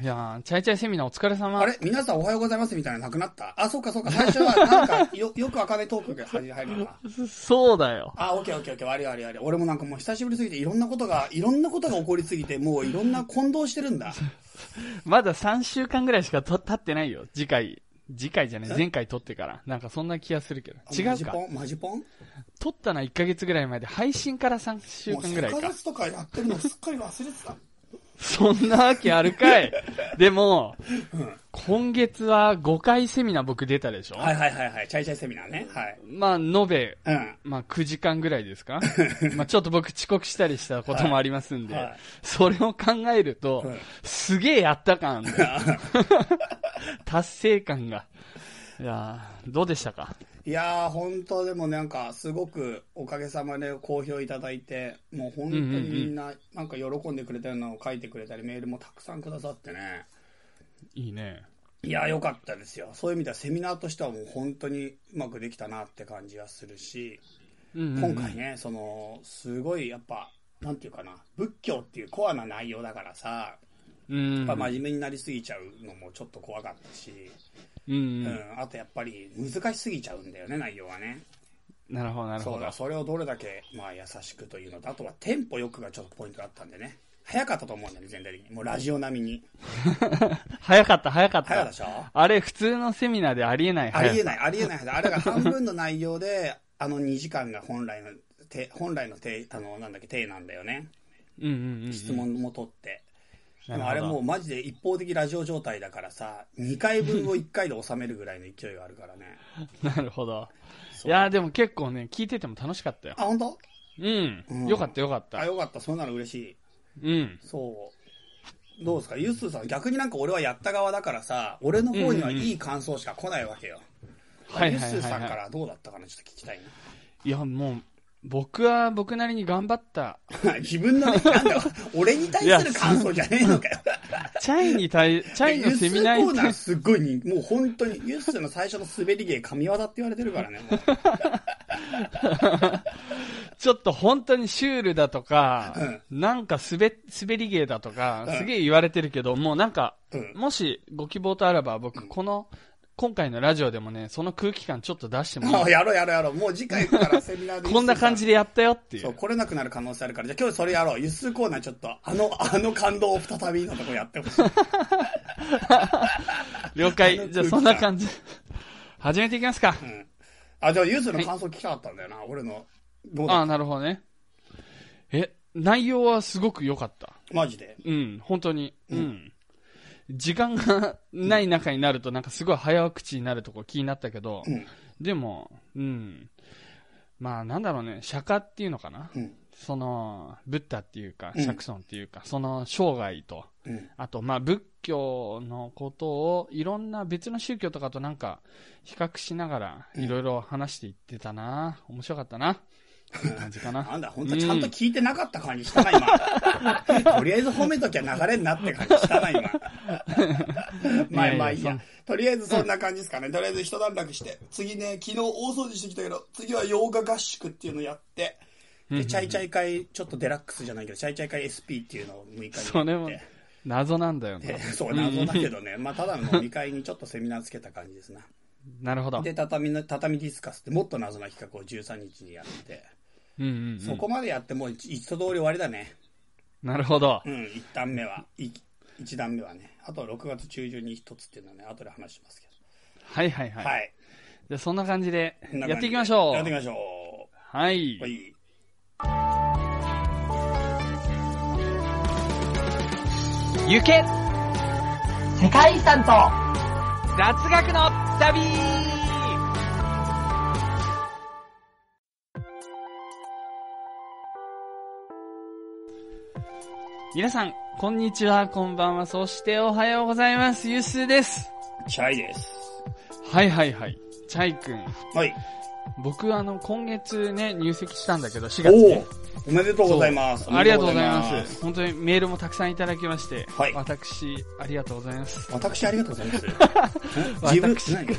いやーチャイチャイセミナーお疲れ様。あれ皆さんおはようございますみたいなのなくなったあ、そうかそうか。最初はなんか、よ、 よく赤目トークが入るのかな。そうだよ。あ、オッケーオッケーオッケー。悪い悪い悪い。俺もなんかもう久しぶりすぎて、いろんなことが、いろんなことが起こりすぎて、もういろんな混同してるんだ。まだ3週間ぐらいしかと経ってないよ。次回。次回じゃない前回撮ってから。なんかそんな気がするけど。違マうジかポ。ンマジポン撮ったのは1ヶ月ぐらい前で、配信から3週もう間ぐらいか。月とかやってるのすっかり忘れてた。そんなわけあるか い。でも、今月は5回セミナー僕出たでしょ、はいはいはいはい。チャイチャイセミナーね。はい。まあ、延べ、うん。まあ9時間ぐらいですかまあちょっと僕遅刻したりしたこともありますんで、はいはいそれを考えると、はいすげえやった感。 達成感が。いやーどうでしたかいやー、本当でもなんか、すごくおかげさまで好評いただいて、もう本当にみんな、なんか喜んでくれたようなのを書いてくれたり、メールもたくさんくださってね。いいね。いやー、良かったですよ。そういう意味ではセミナーとしてはもう本当にうまくできたなって感じがするし、うんうん今回ね、その、すごいやっぱ、なんていうかな、仏教っていうコアな内容だからさ、うんやっぱ真面目になりすぎちゃうのもちょっと怖かったし、うんうんうん、あとやっぱり難しすぎちゃうんだよね、内容はね。なるほど、なるそほうどだ、。それをどれだけ、まあ、優しくというのと、あとはテンポよくがちょっとポイントだったんでね。早かったと思うんだよね、全体的に。もうラジオ並みに。早かった、早かっ早かったたで。しょあれ、普通のセミナーでありえない ありえない。ない、ありえない。あれが半分の内容で、 あの2時間が本来の、て本来のて、あの、なんだっけ、体なんだよね。うんうんうん。質問も取って。でなるほどもあれもうマジで一方的ラジオ状態だからさ、2回分を1回で収めるぐらいの勢いがあるからね。なるほど。いそうやーでも結構ね、聞いてても楽しかったよ。あ、本当？うんうん。よかった、よかっあ、た。よかった。そんなの嬉しい。うん。そう。どうですかユッスーさん、逆になんか俺はやった側だからさ、俺の方にはいい感想しか来ないわけよ。はいユッはいスーはいさんはいか。らどうだったかな ちょっと聞きたいいや、もう、僕は僕なりに頑張った。な。自分のね、なんだろう、俺に対する感想じゃねえのかよ。チャイに 対、チャイユのッスセミナーーコーにナー対しすっごいに、もう本当に、ユッスーの最初の滑り芸、神業って言われてるからね。もう ちょっと本当にシュールだとか、なんか滑、滑り芸だとか、すげえ言われてるけど、もうなんか、うんもしご希望とあれば僕、この、今回のラジオでもね、その空気感ちょっと出してもらあう。やろうやろうやろう。もう次回からセミナーで。 こんな感じで。でやったよっていそう、う。来れなくなる可能性あるから、じゃあ今日それやろう。ユッスーコーナーちょっと、あの、あの感動を再びのとこやってほしい。了あの空解。気じゃ感あそんな感じ。始めていきますか。うんあ、じゃあ、ユースの感想聞きたかったんだよな、俺の。どうあだあ、なるほどね。え、内容はすごく良かった。マジで。うん、本当に。うん。時間がない中になると、なんかすごい早口になるとこ気になったけど、うん。でも、うん。まあ、なんだろうね、釈迦っていうのかな、うん。その、ブッダっていうか、うんシャクソンっていうか、その生涯と、うん。あと、まあ、仏教のことを、いろんな別の宗教とかとなんか、比較しながら、うんいろいろ話していってたな、面白かった な、っていう感じかな。なんだ、本当ちゃんと聞いてなかった感じしたな、 今。とりあえず褒めときゃ流れになって感じしたな、今。まあまあいいや。とりあえずそんな感じですかね。とりあえず一段落して。次ね、昨日大掃除してきたけど、次は洋画合宿っていうのやって、で、チャイチャイ会、ちょっとデラックスじゃないけど、チャイチャイ会 SP っていうのを6日にやって。それも、謎なんだよでね。そう、謎だけど ね。まあ、ただの飲み会にちょっとセミナーつけた感じですな。なるほど。で畳の畳ディスカスってもっと謎な企画を13日にやって、うんうんうん、そこまでやってもう一一通り終わりだねなるほどう。ん一段目はい一段目はねあと6月中旬に一つっていうのはね後で話しますけはいはいはい。どはい、じゃあそんな感じでこんな感じでやっていきましょう。やっていきましょはい。うはい行け世界遺産と雑学の旅皆さん、こんにちは、こんばんは、そしておはようございます。ゆすです。チャイですはいはいはい。チャイくん。はい僕、あの、今月ね、入籍したんだけど、4お月ね。おおめでとうございますありがとうございおめまでとうございす。本当にメールもたくさんいただきまして、はい私、ありがとうござい ます。私ありがとうござい ますん自分何い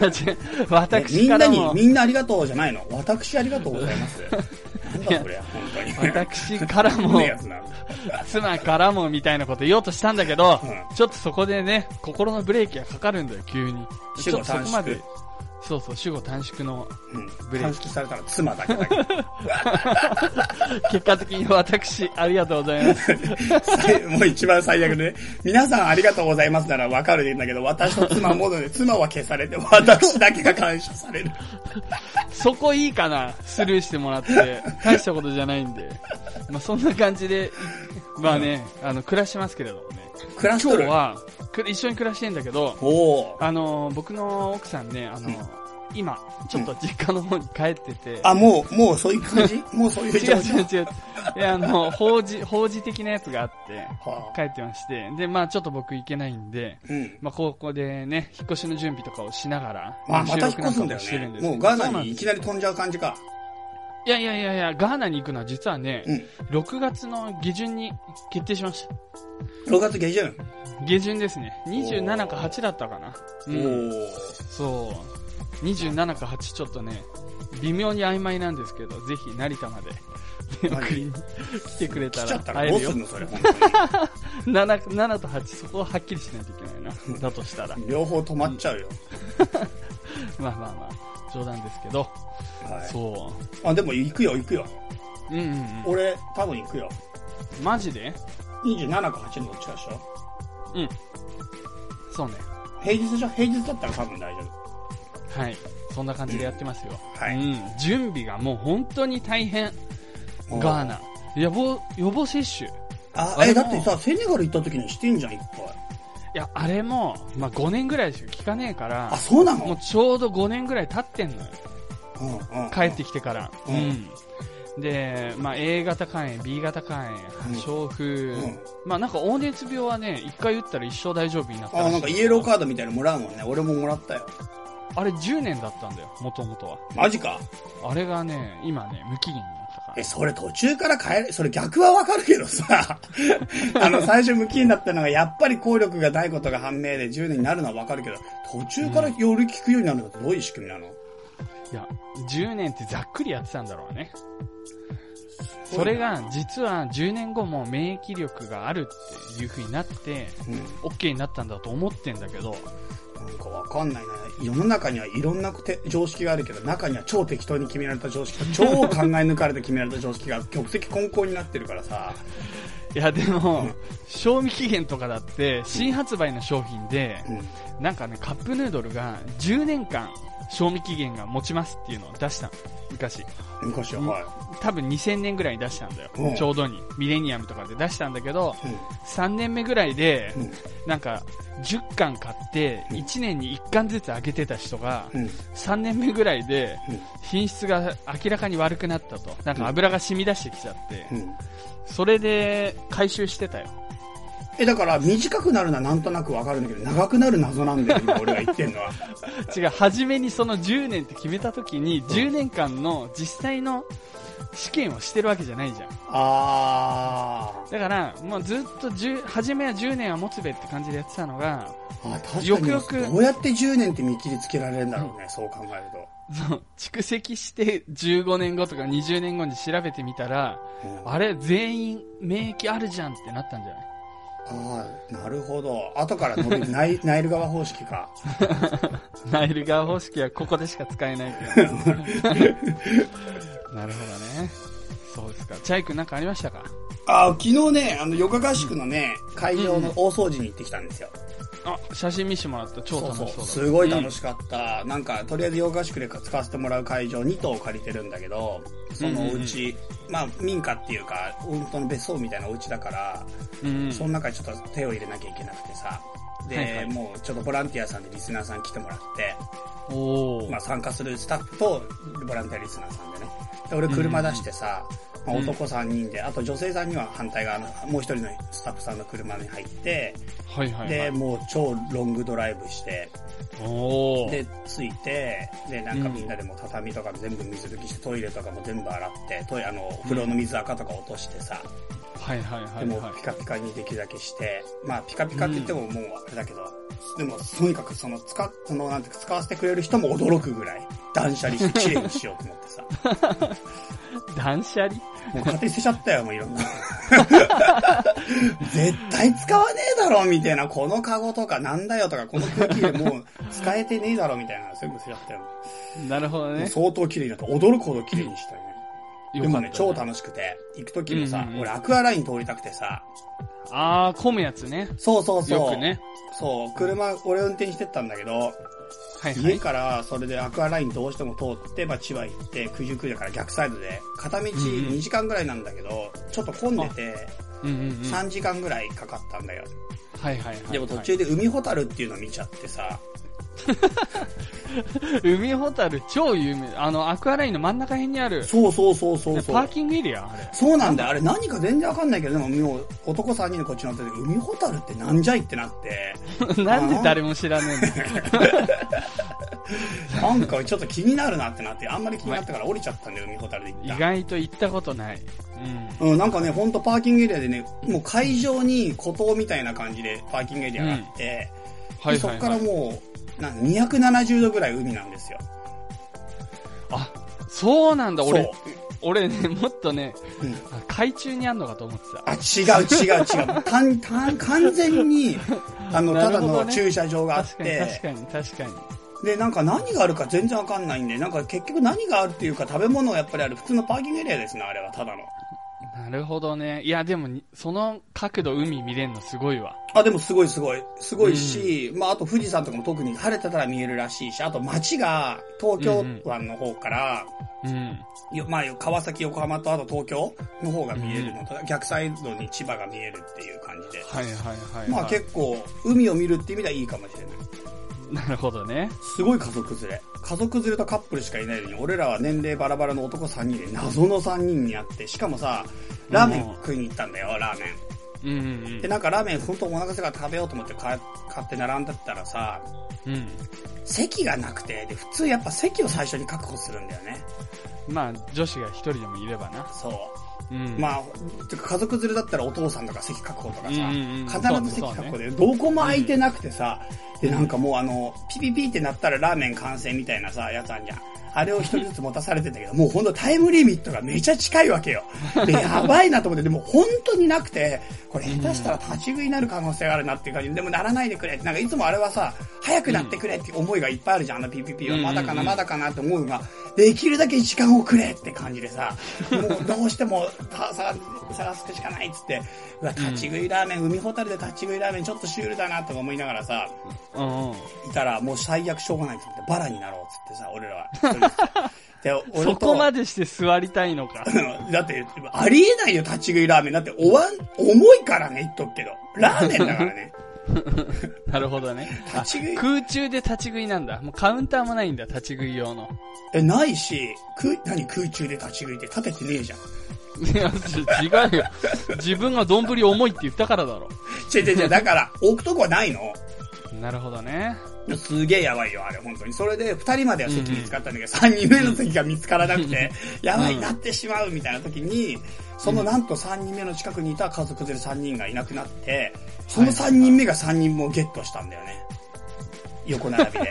や違うえみ私んかならにも、 みんなありがとうじゃないの私ありがとうございますなんだそりゃ、本当に。私からもどんなやつなの妻からもみたいなこと言おうとしたんだけど、うちょっとそこでね、心のブレーキがかかるんだよ、急に。主語ちょっと短縮そこまで。そうそう、主語短縮の、うんブレーキ短縮されたら妻だけだけど。結果的に私、ありがとうございます。 最もう一番最悪でね、皆さんありがとうございますならわかるでいいんだけど、私と妻モードで妻は消されて、私だけが感謝される。そこいいかな、スルーしてもらって。大したことじゃないんで。まあそんな感じで、まあね、あの、暮らしますけれどもね。暮らし今と日る。は、く一緒に暮らしてんだけど、おおー。あの、僕の奥さんね、あの、今、ちょっと実家の方に帰ってて、あ、もう、もうそういう感じもうそういう違う状違況う違う。いや、あの、法事、法事的なやつがあって、はあ帰ってまして、で、まあちょっと僕行けないんで、うん。まあここでね、引っ越しの準備とかをしながら、まあ、また引っ越すんだ収録なかもしてるですよね。けどもうそガーうナなんにでいすきなり飛んじゃう感じか。いやいやいやいや、ガーナに行くのは実はね、うん。 6月の下旬に決定しまし6月下旬。た。下旬ですね。27か8だったかな。うおん。ーそう。27か8ちょっとね、微妙に曖昧なんですけど、ぜひ成田まで。送マジりに来てくれた来ちゃらったら会どえうるよすん。のそれ、本当 7, 7と8、そこははっきりしないといけないな。だとしたら。に。両方止まっちゃうよ。まあまあまあ、冗談ですけど。はい。そあ、でも行くよ、行くよ。う。うんうんうん。俺、多分行くよ。マジで27か8のどっちかでしょうん。そうね。平日でしょ平日だったら多分大丈夫。はい。そんな感じでやってますよ。はいうん。準備がもう本当に大変。おーガーナ。予防、予防接種。いあ、あえ、れだもってさ、セネガル行った時にしてんじゃん、いっぱい。や、あれも、まあ、5年ぐらいしか効かねえからあ、、そうなもうのちょうど5年ぐらい経ってんのよ。うんうん帰ってきてから。ううんん。で、まあ、A 型肝炎、B 型肝炎、破傷風、んまあ、なんか黄熱病はね、一回打ったら一生大丈夫になったらしあ、いなんかイエローカードみたいなのもらうもんね。俺ももらったよ。あれ10年だったんだよ、もともとは。マジかあれがね、今ね、無期限になったからえ、。それ途中から変える、それ逆はわかるけどさ、 あの、最初無期になったのが、やっぱり効力がないことが判明で10年になるのはわかるけど、途中からより効くようになるのってどういう仕組みなの、いや、10年ってざっくりやってたんだろうね。それが、実は10年後も免疫力があるっていう風になって、うん、 OK になったんだと思ってんだけど、なんかわかんないね。世の中にはいろんなて常識があるけど、中には超適当に決められた常識と、超考え抜かれて決められた常識が極的混交になってるからさ、いやでも、賞味期限とかだって、新発売の商品で、うん。なんかね、カップヌードルが10年間賞味期限が持ちますっていうのを出したの。昔。昔は、はい。多分2000年ぐらいに出したんだようん。ちょうどに。ミレニアムとかで出したんだけど、うん3年目ぐらいで、うんなんか、10巻買って、うん1年に1巻ずつあげてた人が、うん3年目ぐらいでうん、品質が明らかに悪くなったと。なんか油が染み出してきちゃって、うんそれで回収してたよ。え、だから短くなるのはなんとなくわかるんだけど、長くなる謎なんだよ、今俺が言ってん のは。違う、初めにその10年って決めた時に、10年間の実際の試験をしてるわけじゃないじゃん。あだから、もうずっと10、初めは10年は持つべって感じでやってたのが、ーあ、確かに。よくよくどうやって10年って見切りつけられるんだろうね、そう考えると。その蓄積して15年後とか20年後に調べてみたら、うんあれ、全員免疫あるじゃんってなったんじゃないあーなるほど。後から伸びる ナイナイル川方式か。ナイル川方式はここでしか使えないけ ど。なるほどね。そうですか。チャイ君なんかありましたかあー昨日ね、あの、ヨガ合宿のね、会場の大掃除に行ってきたんですよ。あ、写真見せてもらった。超そう楽しそそううだ。すごい楽ししかった。なんか、とりあえず洋合宿で使わせてもらう会場2棟を借りてるんだけど、そのうち、まあ、民家っていうか、本当の別荘みたいなお家だから、い。うん。その中にちょっと手を入れなきゃいけなくてさ、で、はいはいもうちょっとボランティアさんでリスナーさん来てもらって、おーまあ参加するスタッフとボランティアリスナーさんでね。で、俺車出してさ、まあ、うん男3人で、あと女性さんには反対側の、もう一人のスタッフさんの車に入って、はいはいはで、い。もう超ロングドライブして、おーで、着いて、で、なんかみんなでもう畳とか全部水拭きして、トイレとかも全部洗って、トイレ、あの、風呂の水垢とか落としてさ、はいはいはでいもはいピ。カピカにできるだけして、まあピカピカって言ってももうあれだけど、でもとにかくその使っ、そのなんていうか使わせてくれる人も驚くぐらい断捨離して綺麗にしようと思ってさ、も断捨離う勝手に捨てちゃったよ、もういろんな。 絶対使わねえだろ、みたいな。このカゴとかなんだよとか、この空気でもう使えてねえだろ、みたいな。全部捨てちゃったよ。なるほどもうね。相当綺麗になった。驚くほど綺麗にしたよね。よでかもったね、超楽しくて、行く時もさ、うんうんうん俺アクアライン通りたくてさ、あー、混むやつね。そうそうそう。よくね。そう、車、俺運転してったんだけど、はいは家い。からそれでアクアラインどうしても通って、まあ千葉行って、九十九里から逆サイドで、片道うんうん2時間ぐらいなんだけど、ちょっと混んでて、うんうんうん。はい3時間ぐらいかかったんだよ。はいはいはい。でも途中で海ホタルっていうの見ちゃってさ、海ホタル超有名。あの、アクアラインの真ん中辺にある。そうそうそうそうでそパーう。キングエリアあれ。そうなんだよ。あれ何か全然わかんないけど、でももう男3人でこっち乗ってて、海ホタルってなんじゃいってなって、なんで誰も知らねえんだよ。なんかちょっと気になるなってなって、あんまり気になったから降りちゃったんだよ、海ホタルで行っ 意た。外と行ったことない。うん。うん、なんかね、ほんとパーキングエリアでね、もう会場に孤島みたいな感じでパーキングエリアがあって、ではいそはっいからはい。もう、な270度ぐらい海なんですよ。あ、そうなんだ。俺、そう俺ね、もっとね、うんあ海中にあんのかと思ってた。あ、違う違う違う。たんたん完全に、あの、なたるだほどねの駐車場があっ確かに確て、かに確かに。で、なんか何があるか全然わかんないんで、なんか結局何があるっていうか食べ物はやっぱりある普通のパーキングエリアですね、あれは、ただの。なるほどね。いや、でもに、その角度海見れんのすごいわ。あ、でもすごいすごい。すごいし、まあ、あと富士山とかも特に晴れてたら見えるらしいし、あと街が東京湾の方から、うん。よまあ、川崎、横浜とあと東京の方が見えるのと、逆サイドに千葉が見えるっていう感じで。はいはいはい、はい。まあ結構、海を見るって意味ではいいかもしれない。なるほどね。すごい家族連れ。家族連れとカップルしかいないのに、俺らは年齢バラバラの男3人で謎の3人に会って、しかもさ、ラーメン食いに行ったんだよ、ラーメン。うんうんで、なんかラーメン本当お腹すいたから食べようと思って買買って並んだったらさ、うん。うん。席がなくて、で、普通やっぱ席を最初に確保するんだよね。まあ、女子が一人でもいればな。そう。うん。まあ、てか家族連れだったらお父さんとか席確保とかさ、うんうんうん必ず席確保で、どこも空いてなくてさ、で、なんかもうあの、ピピピってなったらラーメン完成みたいなさ、やつあんじゃん。あれを一人ずつ持たされてんだけど、もうほんとタイムリミットがめちゃ近い わけよ。で、やばいなと思って、でも本当になくて、これ下手したら立ち食いになる可能性があるなっていう感じで、でもならないでくれって、なんかいつもあれはさ、早くなってくれって思いがいっぱいあるじゃん、あのう PPP は。んうんうまんだかな、まだかなって思うのが、できるだけ時間をくれって感じでさ、もうどうしてもた探探すしかないっつって、うわ、立ち食いラーメン、海ほたるで立ち食いラーメンちょっとシュールだなとか思いながらさ、うんうん。いたらもう最悪しょうがないっつって、バラになろうっつってさ、俺らは 一人ずつ。で、俺とそこまでして座りたいのか。だって、ありえないよ、立ち食いラーメン。だって、おわん、重いからね、言っとくけど。ラーメンだからね。なるほどね。 あ立ち食い空中で立ち食いなんだ。もうカウンターもないんだ、立ち食い用の。え、ないし、空、何空中で立ち食いって立ててねえじゃ いん。や、違うよ。自分が丼重いって言ったからだろ。ちぇちぇちぇ、だから、置くとこはないの。なるほどね。すげえやばいよ、あれ、本当に。それで、二人までは席見つかったんだけど、三、人目の席が見つからなくて、やばい、なってしまうみたいな時に、そのなんと三人目の近くにいた家族連れ三人がいなくなって、その三人目が三人もゲットしたんだよね。横並びで。。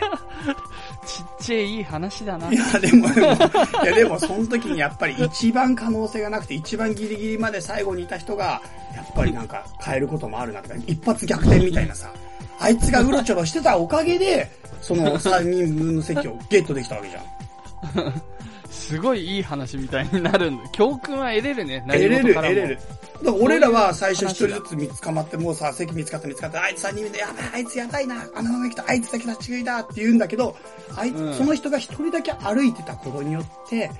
ちっちゃいいい話だないや、でも、でもいや、でも、その時にやっぱり一番可能性がなくて、一番ギリギリまで最後にいた人が、やっぱりなんか変えることもあるなとか、一発逆転みたいなさ、あいつがうろちょろしてたおかげで、その3人分の席をゲットできたわけじゃん。すごいいい話みたいになるんだ。教訓は得れるね。得れ 何事る、から得もれる。。だから俺らは最初一人ずつ見つかまって、もうさ、席見つかった見つかった、あいつ3人目で、やばい、あいつやばいな、あのまま来た、あいつだけ立ち食いだって言うんだけど、あいつ、うんその人が一人だけ歩いてたことによって、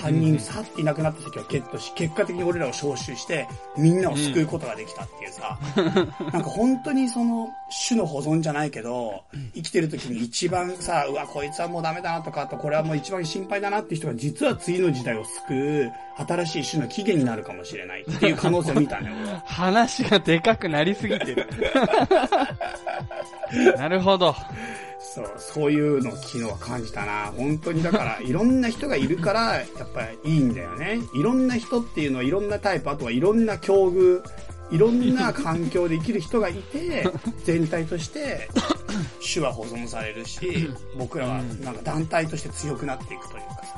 3うん人さっていなくなった席をゲットし、結果的に俺らを招集して、みんなを救うことができたってい うさ、なんか本当にその、種の保存じゃないけど、生きてる時に一番さ、うわ、こいつはもうダメだなとか、あとこれはもう一番心配だなっていう人が実は次の時代を救う、新しい種の起源になるかもしれないっていう可能性を見たね、俺は。話がで かくなりすぎてる。なるほど。そう、そういうのを昨日は感じたな。本当にだ から、いろんな人がいるから、やっぱりいいんだよね。いろんな人っていうのはいろんなタイプ、あとはいろんな境遇、いろんな環境で生きる人がい て、全体として、種は保存されるし、僕らはなんか団体として強くなっていくというかさ。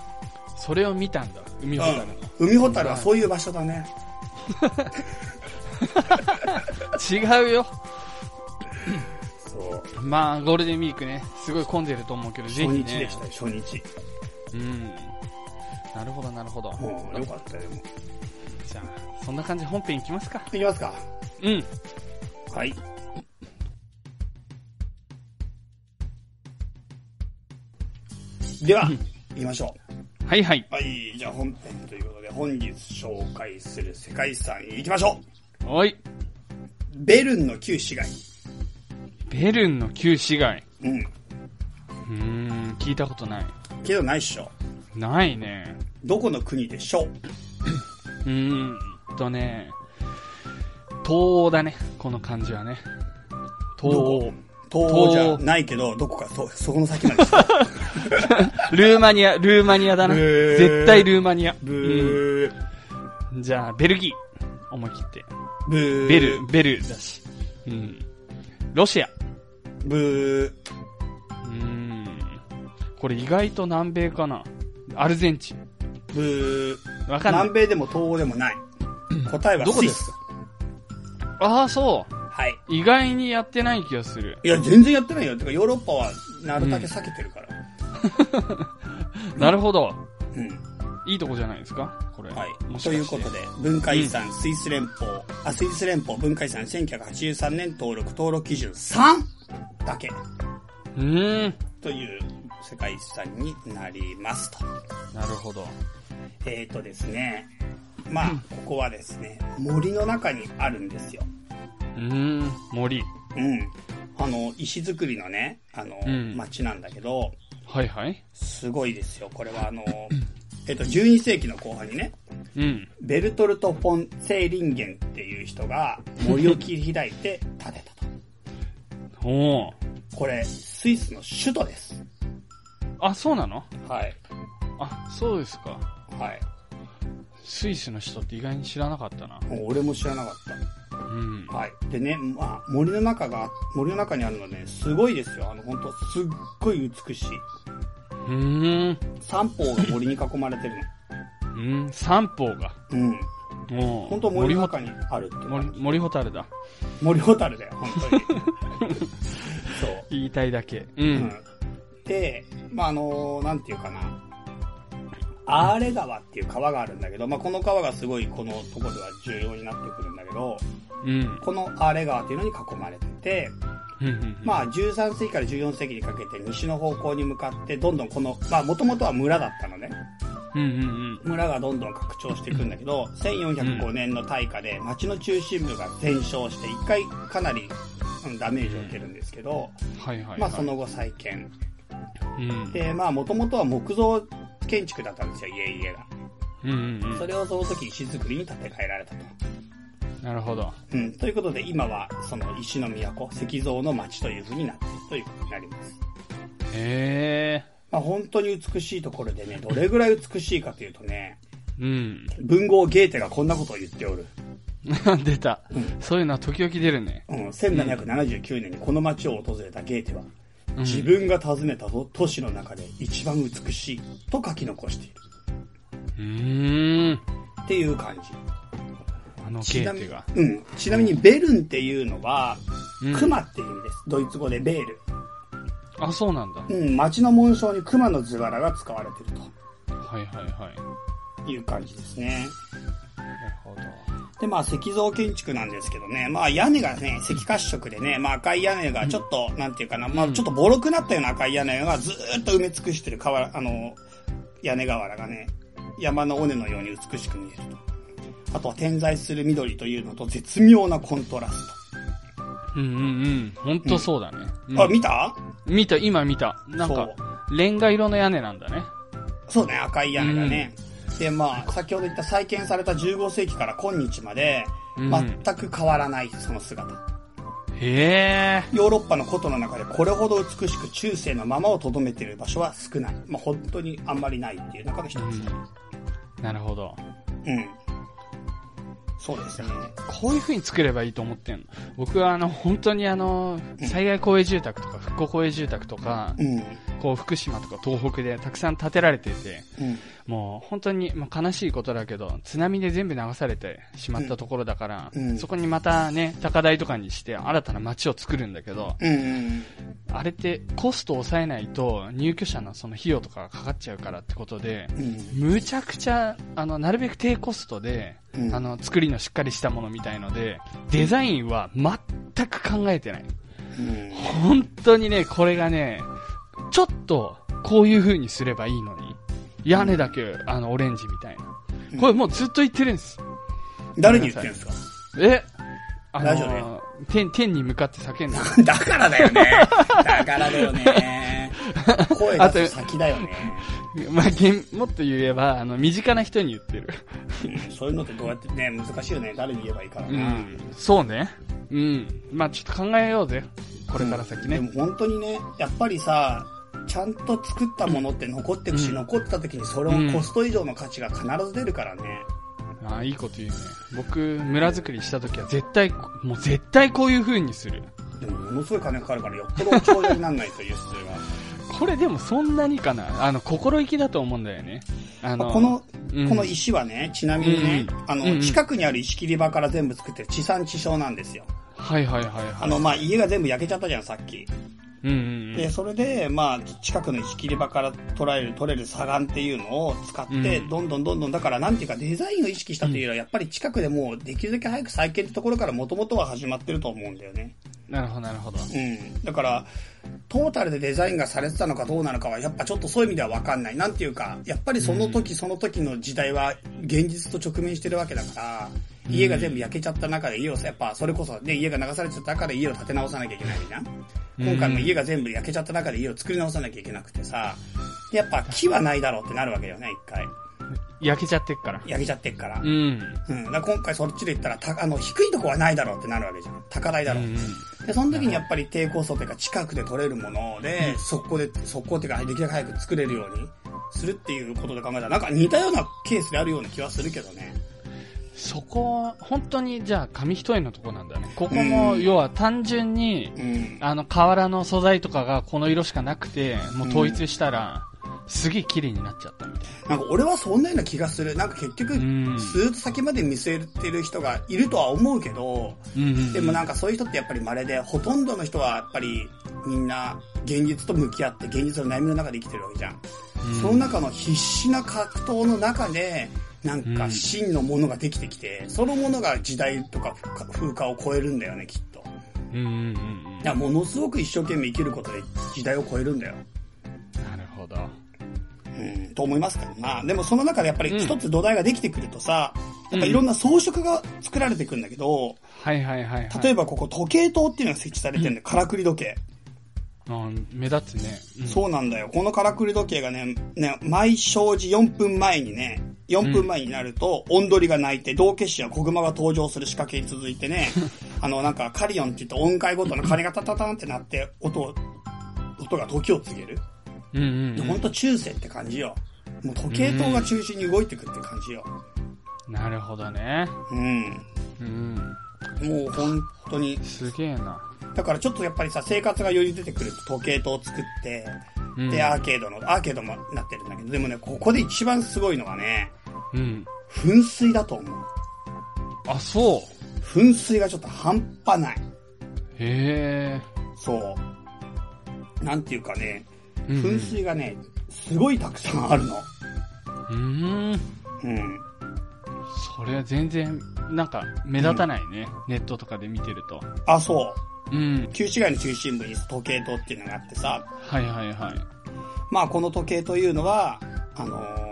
それを見たんだ、海ほたるの。海ほたるはそういう場所だね。違うよ。そう。まあ、ゴールデンウィークね、すごい混んでると思うけど、ぜ初ひ日ねでし。たよ、初日。うん。なるほど、なるほど。もう、よかったよ。もうじゃあ、そんな感じで本編いきますか。いきますか。うん。はい。では、行きましょはいはい。う。はい、じゃあ本編ということで、本日紹介する世界遺産行きましょおい。う。ベルンの旧市街。ベルンの旧市街。うん。うーん、聞いたことない。けどないっしょ。ないね。どこの国でしょううーんとね、東欧だね、この感じはね。東欧。東東欧欧じゃないけど、どこかそ、そこの先ま で来た。ルーマニア、ルーマニアだな。へー絶対ルーマニア。ブー。うんじゃあ、ベルギー。思い切って。ブー。ベル、。ベルだし。うん。ロシア。ブうーん。これ意外と南米かな。アルゼンチン。ー。ブわー。かんない南。米でも東欧でもない。答えはどこスでイすス。ああ、そう。はい。意外にやってない気がする。いや、全然やってないよ。てか、ヨーロッパはなるだけ避けてるから。なるほど。うん。いいとこじゃないですかこれ。はい。もしとかいうしてことで、文化遺産、スイス連邦、あ、スイス連邦文化遺産1983年登録、登録基準3だけうーん。という世界遺産になりますと。なるほど。えーとですね、まあ、ここはですね、森の中にあるんですよ。うーん。森。うん。あの、石造りのね、あの、うん町なんだけど、はいはい。すごいですよ。これは あの、えっ、と、12世紀の後半にね、うん。ベルトルト・フォン・セーリンゲンっていう人が森を切り開いて建てたと。おー。これ、スイスの首都です。あ、そうなのはい。あ、そうですか。はい。スイスの人って意外に知らなかったな。もう俺も知らなかっうんた。。はい。でね、まあ、森の中が、森の中にあるのね、すごいですよ。あの、本当すっごい美しい。うーん。三方が森に囲まれてるうん。三方が。の。うん。もう。本当森の中にあるって森感じ。森ホタルだ。森ホタルだよ、本当に。 そう。言いたいだけ。う。うんんで、まあ、あの、なんていうかな。アーレ川っていう川があるんだけど、まあ、この川がすごいこのとこでは重要になってくるんだけど、うん。このアーレ川っていうのに囲まれてて、うん。まあ、13世紀から14世紀にかけて西の方向に向かって、どんどんこの、まあ、もともとは村だったのね。うんうん村がどんどん拡張していくんだけど、1405年の大火で町の中心部が全焼して、一回かなりうんダメージを受けるんですけど、うん。はいはいはい。まあ、その後再建。うん。で、まあ、もともとは木造建築だったんですよ、家々が。うんうんそれをその時石造りに建て替えられたと。うん。なるほど。うん。ということで、今はその石の都、石像の町というふうになっているということになります。へえ。まあ、本当に美しいところでね、どれぐらい美しいかというとね、うん。 文豪ゲーテがこんなことを言っておる。出た。そういうのは時々出るね。うん、1779年にこの町を訪れたゲーテは、ん自分が訪ねた都市の中で一番美しいと書き残している。うーん。っていう感じ。あのちゲなーみテにが。、うん。ちなみにベルンっていうのは、うん熊っていう意味です。ドイツ語でベール。あ、そうなんだ。うん、町の紋章に熊の図柄が使われてるはいはいはい。という感じですね。なるほど。で、まあ石像建築なんですけどね、まあ屋根がね、赤褐色でね、まあ赤い屋根がちょっと、なんていうかな、まあちょっとボロくなったような赤い屋根がずーっと埋め尽くしてる瓦、あの、屋根瓦がね、山の尾根のように美しく見えると。あとは点在する緑というのと絶妙なコントラスうんうんうん。ほんとそうだね。ト。うんあ、見た見た、今見た。なんか、レンガ色の屋根なんだね。そうね、赤い屋根がね。で、まあ、先ほど言った再建された15世紀から今日まで、うん全く変わらないその姿。へえ。ヨーロッパの古都の中でこれほど美しく中世のままを留めている場所は少ない。まあ、本当にあんまりないっていう中で一つ。うん。なるほど。うん。そうですね。こういう風に作ればいいと思ってんの。僕はあの、本当にあの、災害公営住宅とか復興公営住宅とか、うん。こう福島とか東北でたくさん建てられていて、うん。もう本当に、まあ、悲しいことだけど、津波で全部流されてしまったところだから、うんうんそこにまたね、高台とかにして新たな街を作るんだけど、うん。あれってコストを抑えないと入居者のその費用とかがかかっちゃうからってことで、うん。むちゃくちゃ、あの、なるべく低コストで、うんあの、作りのしっかりしたものみたいので、デザインは全く考えてない。うん。本当にね、これがね、ちょっと、こういう風にすればいいのに、屋根だけ、あの、オレンジみたいな。これもうずっと言ってるんです。誰に言ってんですかえあラジオでの、天、天に向かって叫んだ。だからだよね。だからだ よね。声出す先だよね。まあ、げんもっと言えば、あの、身近な人に言ってる。うんそういうのってどうやってね、難しいよね。誰に言えばいいからうな。ん。そうね。うん。まあ、ちょっと考えようぜ。これから先ね。でも本当にね、やっぱりさ、ちゃんと作ったものって残ってくし、うん残った時にそれをコスト以上の価値が必ず出るからね。ああ、いいこと言うね。僕、村作りした時は絶対、もう絶対こういう風にする。でもものすごい金かかるからよっぽど長者にならないという必要 が。これでもそんなにかなあの、心意気だと思うんだよね。あの、この、うんこの石はね、ちなみにね、うんあの、うんうん近くにある石切り場から全部作ってる地産地消なんですよ。はいはいはいはい。あの、まあ、家が全部焼けちゃったじゃん、さっき。うんうんで、それで、まあ、近くの石切り場から捉える、取れる砂岩っていうのを使って、うんどんどんどんどん、だから、なんていうか、デザインを意識したというよりは、やっぱり近くでもう、できるだけ早く再建ってところから、もともとは始まってると思うんだよね。うん。なるほどなるほど。うん。だから、トータルでデザインがされてたのかどうなのかは、やっぱちょっとそういう意味ではわかんない。なんていうか、やっぱりその時、その時の時代は、現実と直面してるわけだから、家が全部焼けちゃった中で家をさ、やっぱそれこそね、家が流されちゃった中で家を建て直さなきゃいけないじゃん。今回も家が全部焼けちゃった中で家を作り直さなきゃいけなくてさ、やっぱ木はないだろうってなるわけよね、一回。焼けちゃってっから。焼けちゃってっから。ううんん。だから今回そっちで言ったら、たあの、低いとこはないだろうってなるわけじゃん。高台だろう。うんうんで、その時にやっぱり低コストというか近くで取れるもので、速攻で、速攻っていうか、できるだけ早く作れるようにするっていうことで考えたら、なんか似たようなケースであるような気はするけどね。そこは、本当にじゃあ紙一重のとこなんだね。ここも、要は単純に、うん。あの、瓦の素材とかがこの色しかなくて、もう統一したら、すげえ綺麗になっちゃったみたいなんか俺はそんなような気がする。なんか結局、ずんーっと先まで見据えてる人がいるとは思うけど、な。うん、うん。でもなんかそういう人ってやっぱり稀で、ほとんどの人はやっぱりみんな現実と向き合って現実の悩みの中で生きてるわけじゃん。うんその中の必死な格闘の中で、なんうかん真のものができてきて、そのものが時代とか風化を超えるんだよね、きっと。うんうんうんうん。いや、ものすごく一生懸命生きることで時代を超えるんだよ。なるほど。うん、と思いますけどな。でもその中でやっぱり一つ土台ができてくるとさ、うんやっぱいろんな装飾が作られてくんだけど、はいはいはい、はい。例えばここ時計塔っていうのが設置されてるんだよ。からくり時計。うん目立つね。うんそうなんだよ。このからくり時計がね、ね、毎生時4分前にね、4分前になると、オンドリが鳴いて、道化師や小熊が登場する仕掛けに続いて ね、あの、なんか、カリオンって言って音階ごとの鐘がタタタンって鳴って、音を、音が時を告げる。うんうんほんと中世って感じよ。もう時計塔が中心に動いてくって感じよ。うん。なるほどね。うん。うん。もう本当に。すげえな。だからちょっとやっぱりさ、生活がより出てくると時計塔を作って、うんで、アーケードの、アーケードもなってるんだけど、でもね、ここで一番すごいのはね、うん。噴水だと思う。あ、そう。噴水がちょっと半端ない。へそう。なんていうかね、え。うん噴水がね、すごいたくさんあるの。うん。うーん。うん。それは全然、なんか、目立たないね、ネットとかで見てると。あ、そうう。ん。旧市街の中心部に時計塔っていうのがあってさ、はいはいはい。まあこの時計というのは、あのー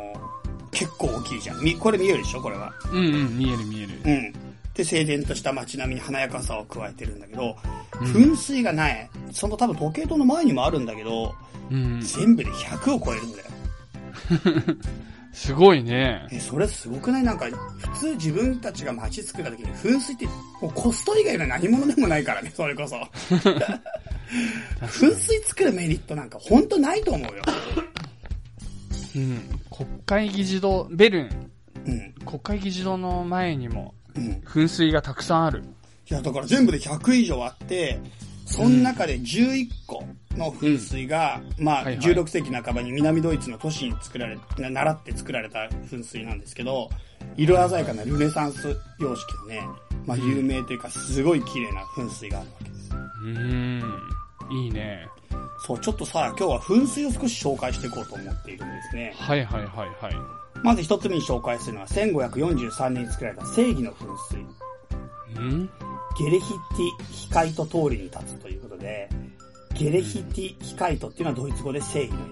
結構大きいじゃん。み、これ見えるでしょこれは。うんうん、見える見える。うん。で、整然とした街並みに華やかさを加えてるんだけど、うん噴水がない。その多分時計塔の前にもあるんだけど、うん。全部で100を超えるんだよ。すごいね。え、それすごくないなんか、普通自分たちが街作った時に噴水って、もうコスト以外の何物でもないからね、それ こそ。噴水作るメリットなんかほんとないと思うよ。うん。国会議事堂、ベルン、うん。国会議事堂の前にも、うん。い噴水がたくさんある。や、だから全部で100以上あって、その中で11個の噴水が、まあ、はいはい16世紀半ばに南ドイツの都市に作られ、な習って作られた噴水なんですけど、色鮮やかなルネサンス様式のね、まあ、有名というか、すごい綺麗な噴水があるわけです。うーん。いいね。そう、ちょっとさ、今日は噴水を少し紹介していこうと思っているんですね。はいはいはいはまず一つ目に紹介するのは、1543年に作られた正義の噴水。い。うんゲレヒティ・ヒカイト通りに立つということで、ゲレヒティ・ヒカイトっていうのはドイツ語で正義の意味。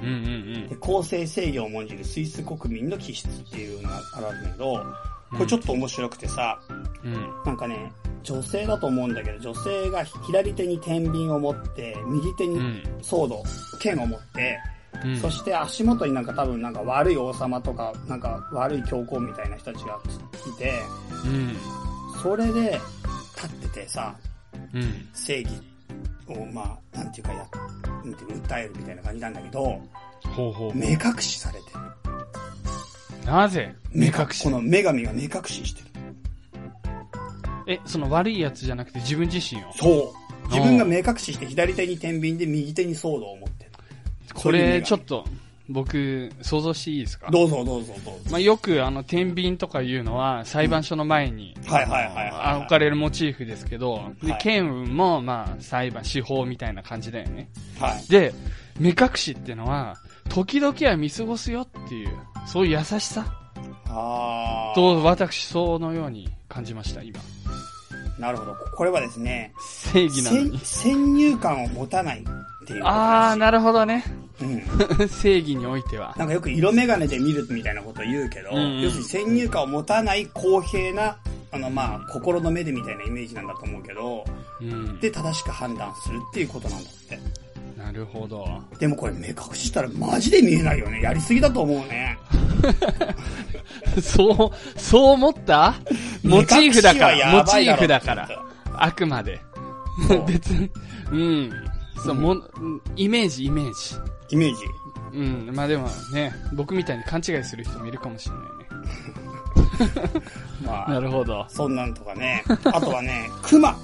うんうんで、公正正義を重んじるスイス国民の気質っていうのがあるわけだけど、これちょっと面白くてさ、うん。うん。なんかね、女性だと思うんだけど、女性が左手に天秤を持って、右手にうんソード、剣を持って、うん。そして足元になんか多分なんか悪い王様とか、なんか悪い教皇みたいな人たちがいて、うん。それで立っててさ、うん。正義をまあ、なんていうかや、なんていうか訴えるみたいな感じなんだけど、ほうほう。目隠しされてる。なぜ目隠しこ。の女神が目隠ししてる。え、その悪いやつじゃなくて自分自身を。そう。自分が目隠しして左手に天秤で右手にソードを持ってる。こそういう意れ、味がちょっと、僕、想像していいですかどうぞどうぞどうぞ。まあ、よく、あの、天秤とかいうのは、裁判所の前に、はいはいはいはいあ置かれるモチーフですけど、ではい、剣も、まあ、裁判、司法みたいな感じだよね。はい。で、目隠しってのは、時々は見過ごすよっていう、そういう優しさあー。と、私、そのように感じました、今。なるほど。これはですね、正義なの先に。先入観を持たないっていうことあらー、しい。なるほどね。 うん。正義においては。なんかよく色眼鏡で見るみたいなことを言うけど、うんうん要するに先入観を持たない公平な、あのまあ、心の目でみたいなイメージなんだと思うけど、うん。で、正しく判断するっていうことなんだって。なるほど。でもこれ目隠ししたらマジで見えないよね。やりすぎだと思うね。そう、そう思ったモチーフだか目隠しら、はやモチばいだーろフだから。あくまで。そ う別に、うん。そう、も、うんイメージ、イメージ。イメージ。うん。まあでもね、僕みたいに勘違いする人もいるかもしれないね。まあ、なるほど。そんなんとかね。あとはね、熊。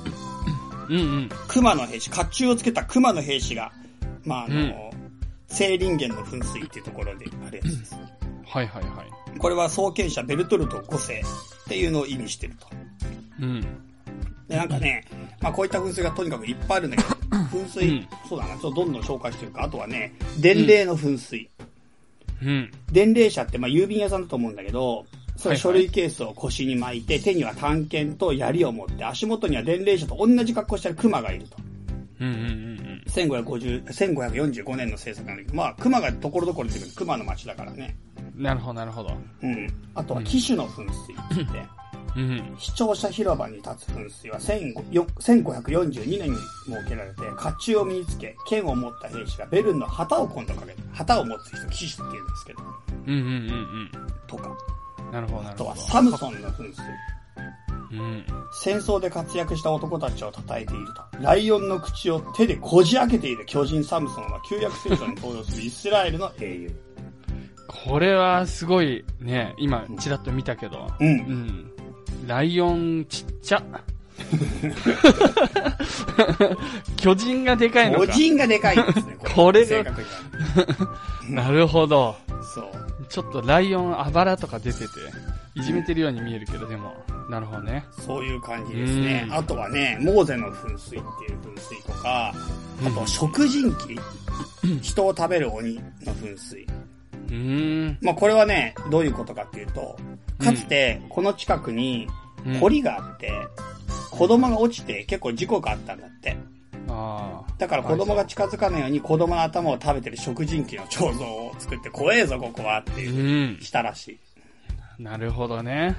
うんうん。熊の兵士、甲冑をつけた熊の兵士が、まあ、あの、うん青林源の噴水っていうところであるやつです。はいはいはい。これは創建者ベルトルト5世っていうのを意味してると。うん。で、なんかね、まあこういった噴水がとにかくいっぱいあるん だけど、噴水、うんそうだな、ちょっとどんどん紹介してるか。あとはね、伝令の噴水。うん。伝令車って、まあ郵便屋さんだと思うんだけど、そはいれはい書類ケースを腰に巻いて、手には短剣と槍を持って、足元には伝令車と同じ格好してる熊がいると。うんうんうん1550 1545年の政策なんだけど、まあ熊がところどころ出てくる。熊の町だからね。うん。なるほどなるほど。うん。あとは騎手の噴水って。うん。視聴者広場に立つ噴水は1542年に設けられて、甲冑を身につけ、剣を持った兵士がベルンの旗を今度かけて、旗を持つ人、騎士って言うんですけど、うんうんうんとか、うん。なるほどなあるほとど。はサムソンの噴水、うん。戦争で活躍した男たちを称えていると、ライオンの口を手でこじ開けている巨人サムソンは旧約聖書に登場するイスラエルの英雄。これはすごいね、今、ちらっと見たけど。う。うんん。ライオンちっ ちゃ。巨人がでかいの巨か。人がでかいんですね、これが正確には。なるほど。そう。ちょっとライオンあばらとか出てて、いじめてるように見えるけど、でも、なるほどね。そういう感じですねう。んあとはね、モーゼの噴水っていう噴水とか、あと食人 鬼、人を食べる鬼の噴水。うーん。まあこれはね、どういうことかっていうと、かつてこの近くにうん堀があって、子供が落ちて結構事故があったんだって。ああ。だから子供が近づかないように子供の頭を食べてる食人鬼の彫像を作って怖えぞここはってういう、ん。したらしい。なるほどね。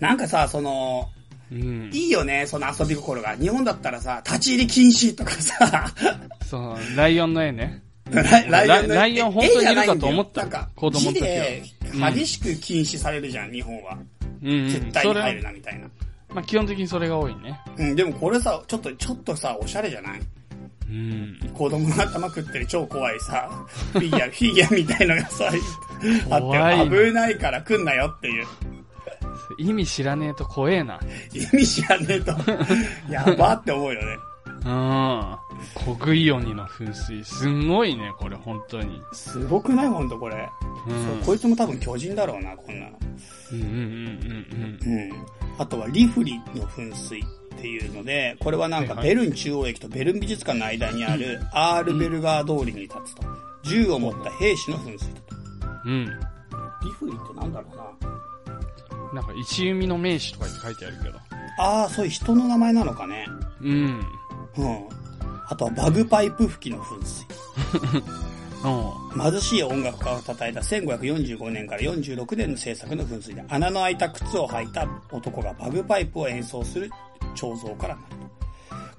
なんかさ、その、うん。いいよね、その遊び心が。日本だったらさ、立ち入り禁止とかさ、その、ライオンの絵ね。ライライオンのライオン本当にいるかと思った絵じゃないんだよなんか子供の時は字で激しく禁止されるじゃん、日本は。うんうん、絶対にそれ入るな、みたいな。まあ、基本的にそれが多いね。うん、でもこれさ、ちょっと、ちょっとさ、おしゃれじゃないうん。子供の頭食ってる超怖 いさ、フィギュア、フィギュアみたいのがさ、怖あいって、危ないから来んなよっていう。意味知らねえと怖えな。意味知らね えと、やばって思うよね。うん。コグイオニの噴水。すんごいね、これ、本当に。すごくないほんとこれ。う。そうんこいつも多分巨人だろうな、こんなの。うんうんうんうん。あとはリフリの噴水っていうので、これはなんかはいはいベルン中央駅とベルン美術館の間にあるアールベルガー通りに立つと。銃を持った兵士の噴水だと。うんうん。うん。リフリってなんだろうなな。んか、石海の名手とかって書いてあるけど。ああ、そういう人の名前なのかね。うん。うん。うん。あとはバグパイプ吹きの噴水。貧しい音楽家を叩いた1545年から46年の制作の噴水で穴の開いた靴を履いた男がバグパイプを演奏する彫像からなる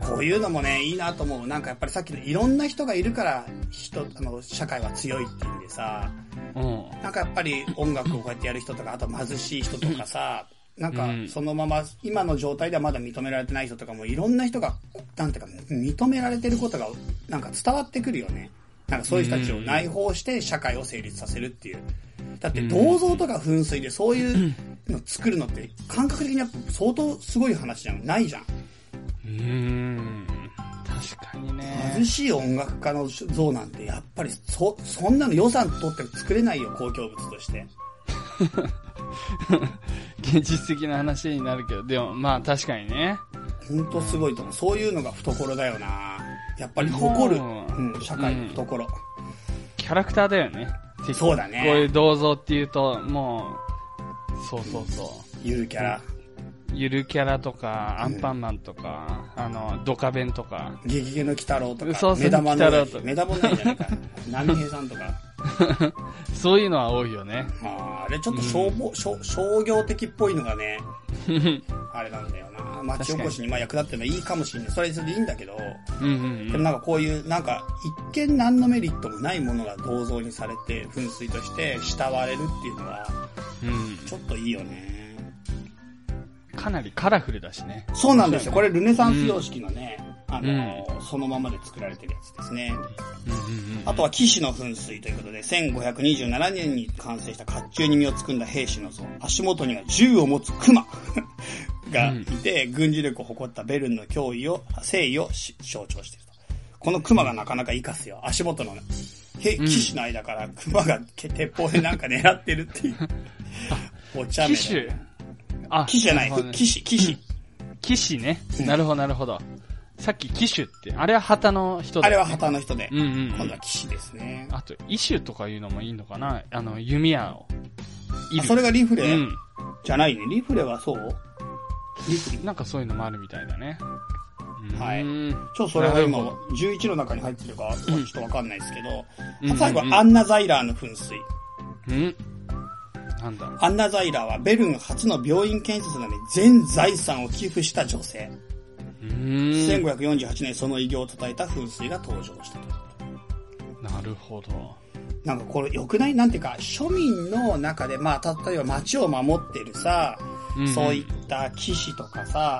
とこういうのもねいいなと思うなんかやっぱりさっきのいろんな人がいるから人あの社会は強いっていうんでさうん。なんかやっぱり音楽をこうやってやる人とかあと貧しい人とかさなんかうんそのまま今の状態ではまだ認められてない人とかもいろんな人がなんていうか認められてることがなんか伝わってくるよねなんかそういう人たちを内包して社会を成立させるっていうだって銅像とか噴水でそういうの作るのって感覚的にやっぱ相当すごい話じゃんないじゃんうん。確かに貧ね。しい音楽家の像なんてやっぱりそそんなの予算取って作れないよ公共物として現実的な話になるけど、でも、まあ、確かにね。本当すごいと思う。そういうのが懐だよな。やっぱり誇る、日本うん、社会の懐。キャラクターだよね。そうだこういねう。銅像っていうと、もう、そうそうそう。ゆるキャラ。ゆるキャラとか、アンパンマンとか、あの、ドカベンとか、ゲゲゲの鬼太郎とか、そうそう目玉の鬼太郎とか目玉ないじゃないか。波平さんとか。そういうのは多いよね。まあ、あれちょっと消防、商商業的っぽいのがね、 うんあれなんだよな。町おこしにまあ役立ってもいいかもしれない。それはそれでいいんだけど、うでもんなんかこういう、なんか一見何のメリットもないものが銅像にされて、噴水として慕われるっていうのは、うん。うん。ちょっといいよね。かなりカラフルだしね。そうなんですよ。これルネサンス様式のね、あの、うそのままで作られてるやつですね。うんうんうん。あとは騎士の噴水ということで、1527年に完成した甲冑に身を包んだ兵士の像、足元には銃を持つ熊がいて、軍事力を誇ったベルンの脅威を、誠意をし象徴していると。この熊がなかなか生かすよ。足元の、へうん騎士の間から熊がけ鉄砲でなんか狙って るっていう。お茶目機だ種。あ、騎士じゃないるほどね、騎士、騎士。騎士ねう。んなるほど、なるほど。さっき騎手って、あれは旗の人だ。あれは旗の人でう。んうんう今度んは。騎士ですね。あと、イシュとかいうのもいいのかなあの、弓矢を。射あるそれがリフレうん。じゃないね。リフレはそうリフレ。なんかそういうのもあるみたいだね。はいうんちょっとそれが今なるほ、 11の中に入ってるかはちょっとわかんないですけうど、ん最後うんうはんアンナ・ザイラーの噴水。うん。なんだアンナ・ザイラーはベルン初の病院建設などに全財産を寄付した女性。うーん。 1548年その偉業を称えた噴水が登場したと。なるほど。なんかこれ良くないなんていうか、庶民の中で、まあ、例えば町を守ってるさ、うんうんそういった騎士とかさ、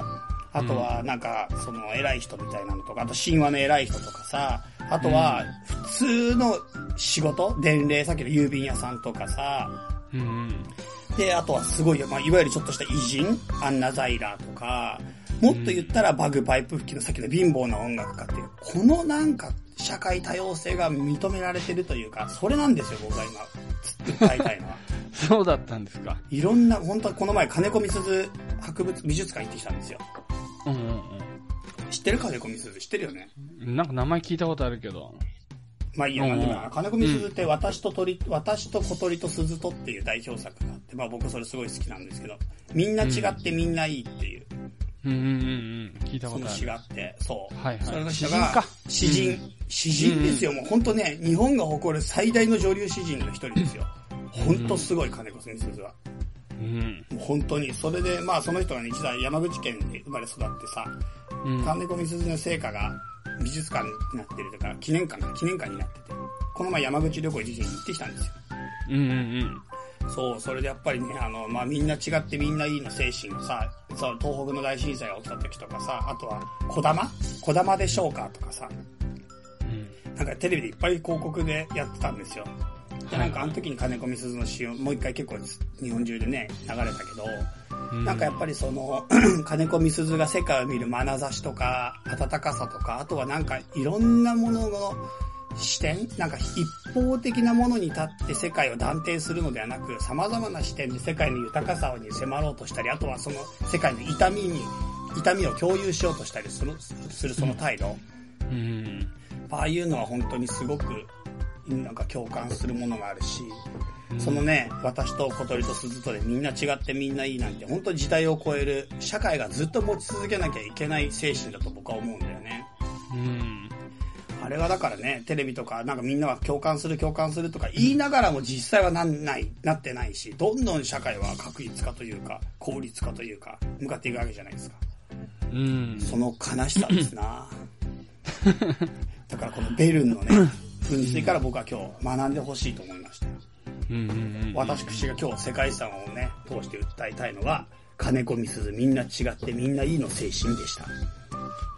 あとはなんか、その偉い人みたいなのとか、あと神話の偉い人とかさ、あとは普通の仕事、伝令先の郵便屋さんとかさ、うんうん。で、あとはすごい、まあ、いわゆるちょっとした偉人、アンナ・ザイラーとか、もっと言ったらバグパイプ吹きの先の貧乏な音楽家っていう、このなんか社会多様性が認められてるというか、それなんですよ、僕が今、訴え たいのは。そうだったんですか。いろんな、本当はこの前、金子みすず博物、美術館行ってきたんですよ。うんうん知ってる金子みすず知ってるよね。うん。なんか名前聞いたことあるけど。まあいいや、うんうんなんでもない金子みすずって私と鳥、私と小鳥と鈴とっていう代表作があって、まあ僕それすごい好きなんですけど、みんな違ってみんないいっていう、うんうんうんうん。聞いたそこのとあ詩る。があって、そう。はいはいそれの人詩人がか、詩人。詩人ですよ、もう本当ね、日本が誇る最大の女流詩人の一人ですよ。本当すごい金子みすずは。うん。もう本当に。それで、まあその人がね、一代山口県で生まれ育ってさ、うん。金子みすずの成果が美術館になってるとか、記念館か、記念館になってて。この前山口旅行一時期行ってきたんですよ。うんうんそう、それでやっぱりね、あの、まあ、みんな違ってみんないいの精神がさ、そう、東北の大震災が起きた時とかさ、あとは、小玉小玉でしょうかとかさ、うん。なんかテレビでいっぱい広告でやってたんですよ。で、なんかあの時に金子みすずの詩をもう一回結構日本中でね、流れたけど、うん。なんかやっぱりその、 金子みすずが世界を見る眼差しとか、温かさとか、あとはなんかいろんなものの視点、なんか一方的なものに立って世界を断定するのではなく、様々な視点で世界の豊かさに迫ろうとしたり、あとはその世界の痛みに、痛みを共有しようとしたりする、するその態度。うん。ああいうのは本当にすごく、なんか共感するものがあるし、うんそのね、私と小鳥と鈴とでみんな違ってみんないいなんて、本当に時代を超える、社会がずっと持ち続けなきゃいけない精神だと僕は思うんだよね。うん。あれはだからね、テレビとか、なんかみんなは共感する共感するとか言いながらも実際はなんない、なってないし、どんどん社会は確率化というか、効率化というか、向かっていくわけじゃないですか。うん。その悲しさですな だからこのベルンのね、噴水から僕は今日学んでほしいと思いましたよ。うんうんうん。私が今日世界遺産をね、通して訴えたいのは、金子みすずみんな違ってみんないいの精神でした。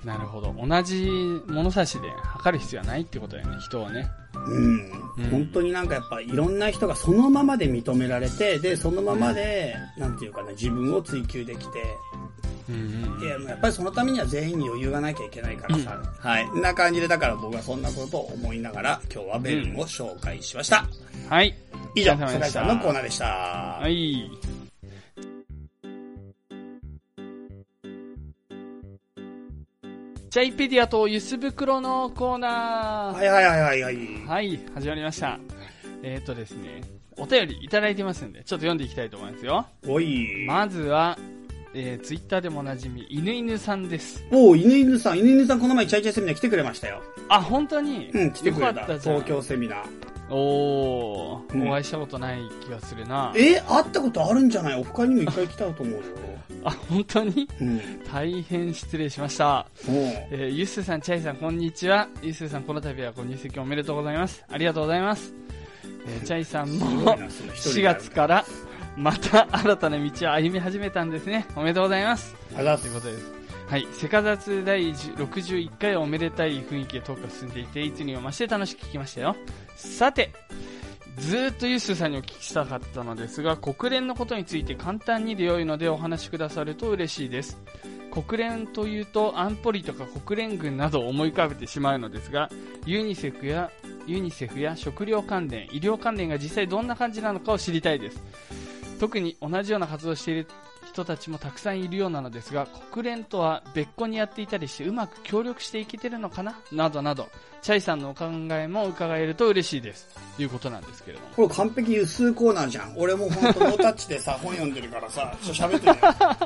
なるほど。同じ物差しで測る必要はないってことだよね、人はね。うんうん。本当になんかやっぱいろんな人がそのままで認められて、で、そのままで、なんていうかね、自分を追求できて、うんうん。いや、やっぱりそのためには全員に余裕がなきゃいけないからさ。はい。んな感じで、だから僕はそんなことを思いながら、今日はベルンを紹介しました。はい。以上、お疲れ様世で界遺した産のコーナーでした。は。はいい。ジャイペディアとゆす袋のコーナー。はいはいはいはい。はい、始まりました。えっ、ー、とですね、お便りいただいてますんで、ちょっと読んでいきたいと思いますよ。おい。まずは、えー、ツイッターでもおなじみ、犬犬さんです。おう、犬犬さん、犬犬さんこの前チャイチャイセミナー来てくれましたよ。あ、本当にうん、来てくれよかた。ったじゃん。東京セミナー。おー、うんお会いしたことない気がするな。え、会ったことあるんじゃないオフ会にも一回来たと思うよ。あ、本当にうん。大変失礼しました。おうえー、ゆっすーさん、チャイさん、こんにちは。ゆっすーさん、この度はご入籍おめでとうございます。ありがとうございます。え ー、チャイさんすごもい、なその一人4でやる月から、また新たな道を歩み始めたんですね。おめでとうございます。あざっとすいうことです。はい。セカザツ第61回おめでたい雰囲気へトークが進んでいて、いつにも増して楽しく聞きましたよ。さて、ずーっとユースさんにお聞きしたかったのですが、国連のことについて簡単にで良いのでお話しくださると嬉しいです。国連というと安保理とか国連軍などを思い浮かべてしまうのですが、ユニセフや、ユニセフや食料関連、医療関連が実際どんな感じなのかを知りたいです。特に同じような活動をしている人たちもたくさんいるようなのですが、国連とは別個にやっていたりしてうまく協力していけてるのかななどなど、チャイさんのお考えも伺えると嬉しいです。ということなんですけれども。これ完璧輸数コーナーじゃん。俺もう本当ノータッチ でさ、本読んでるからさ、ちょっと喋っ てるよ。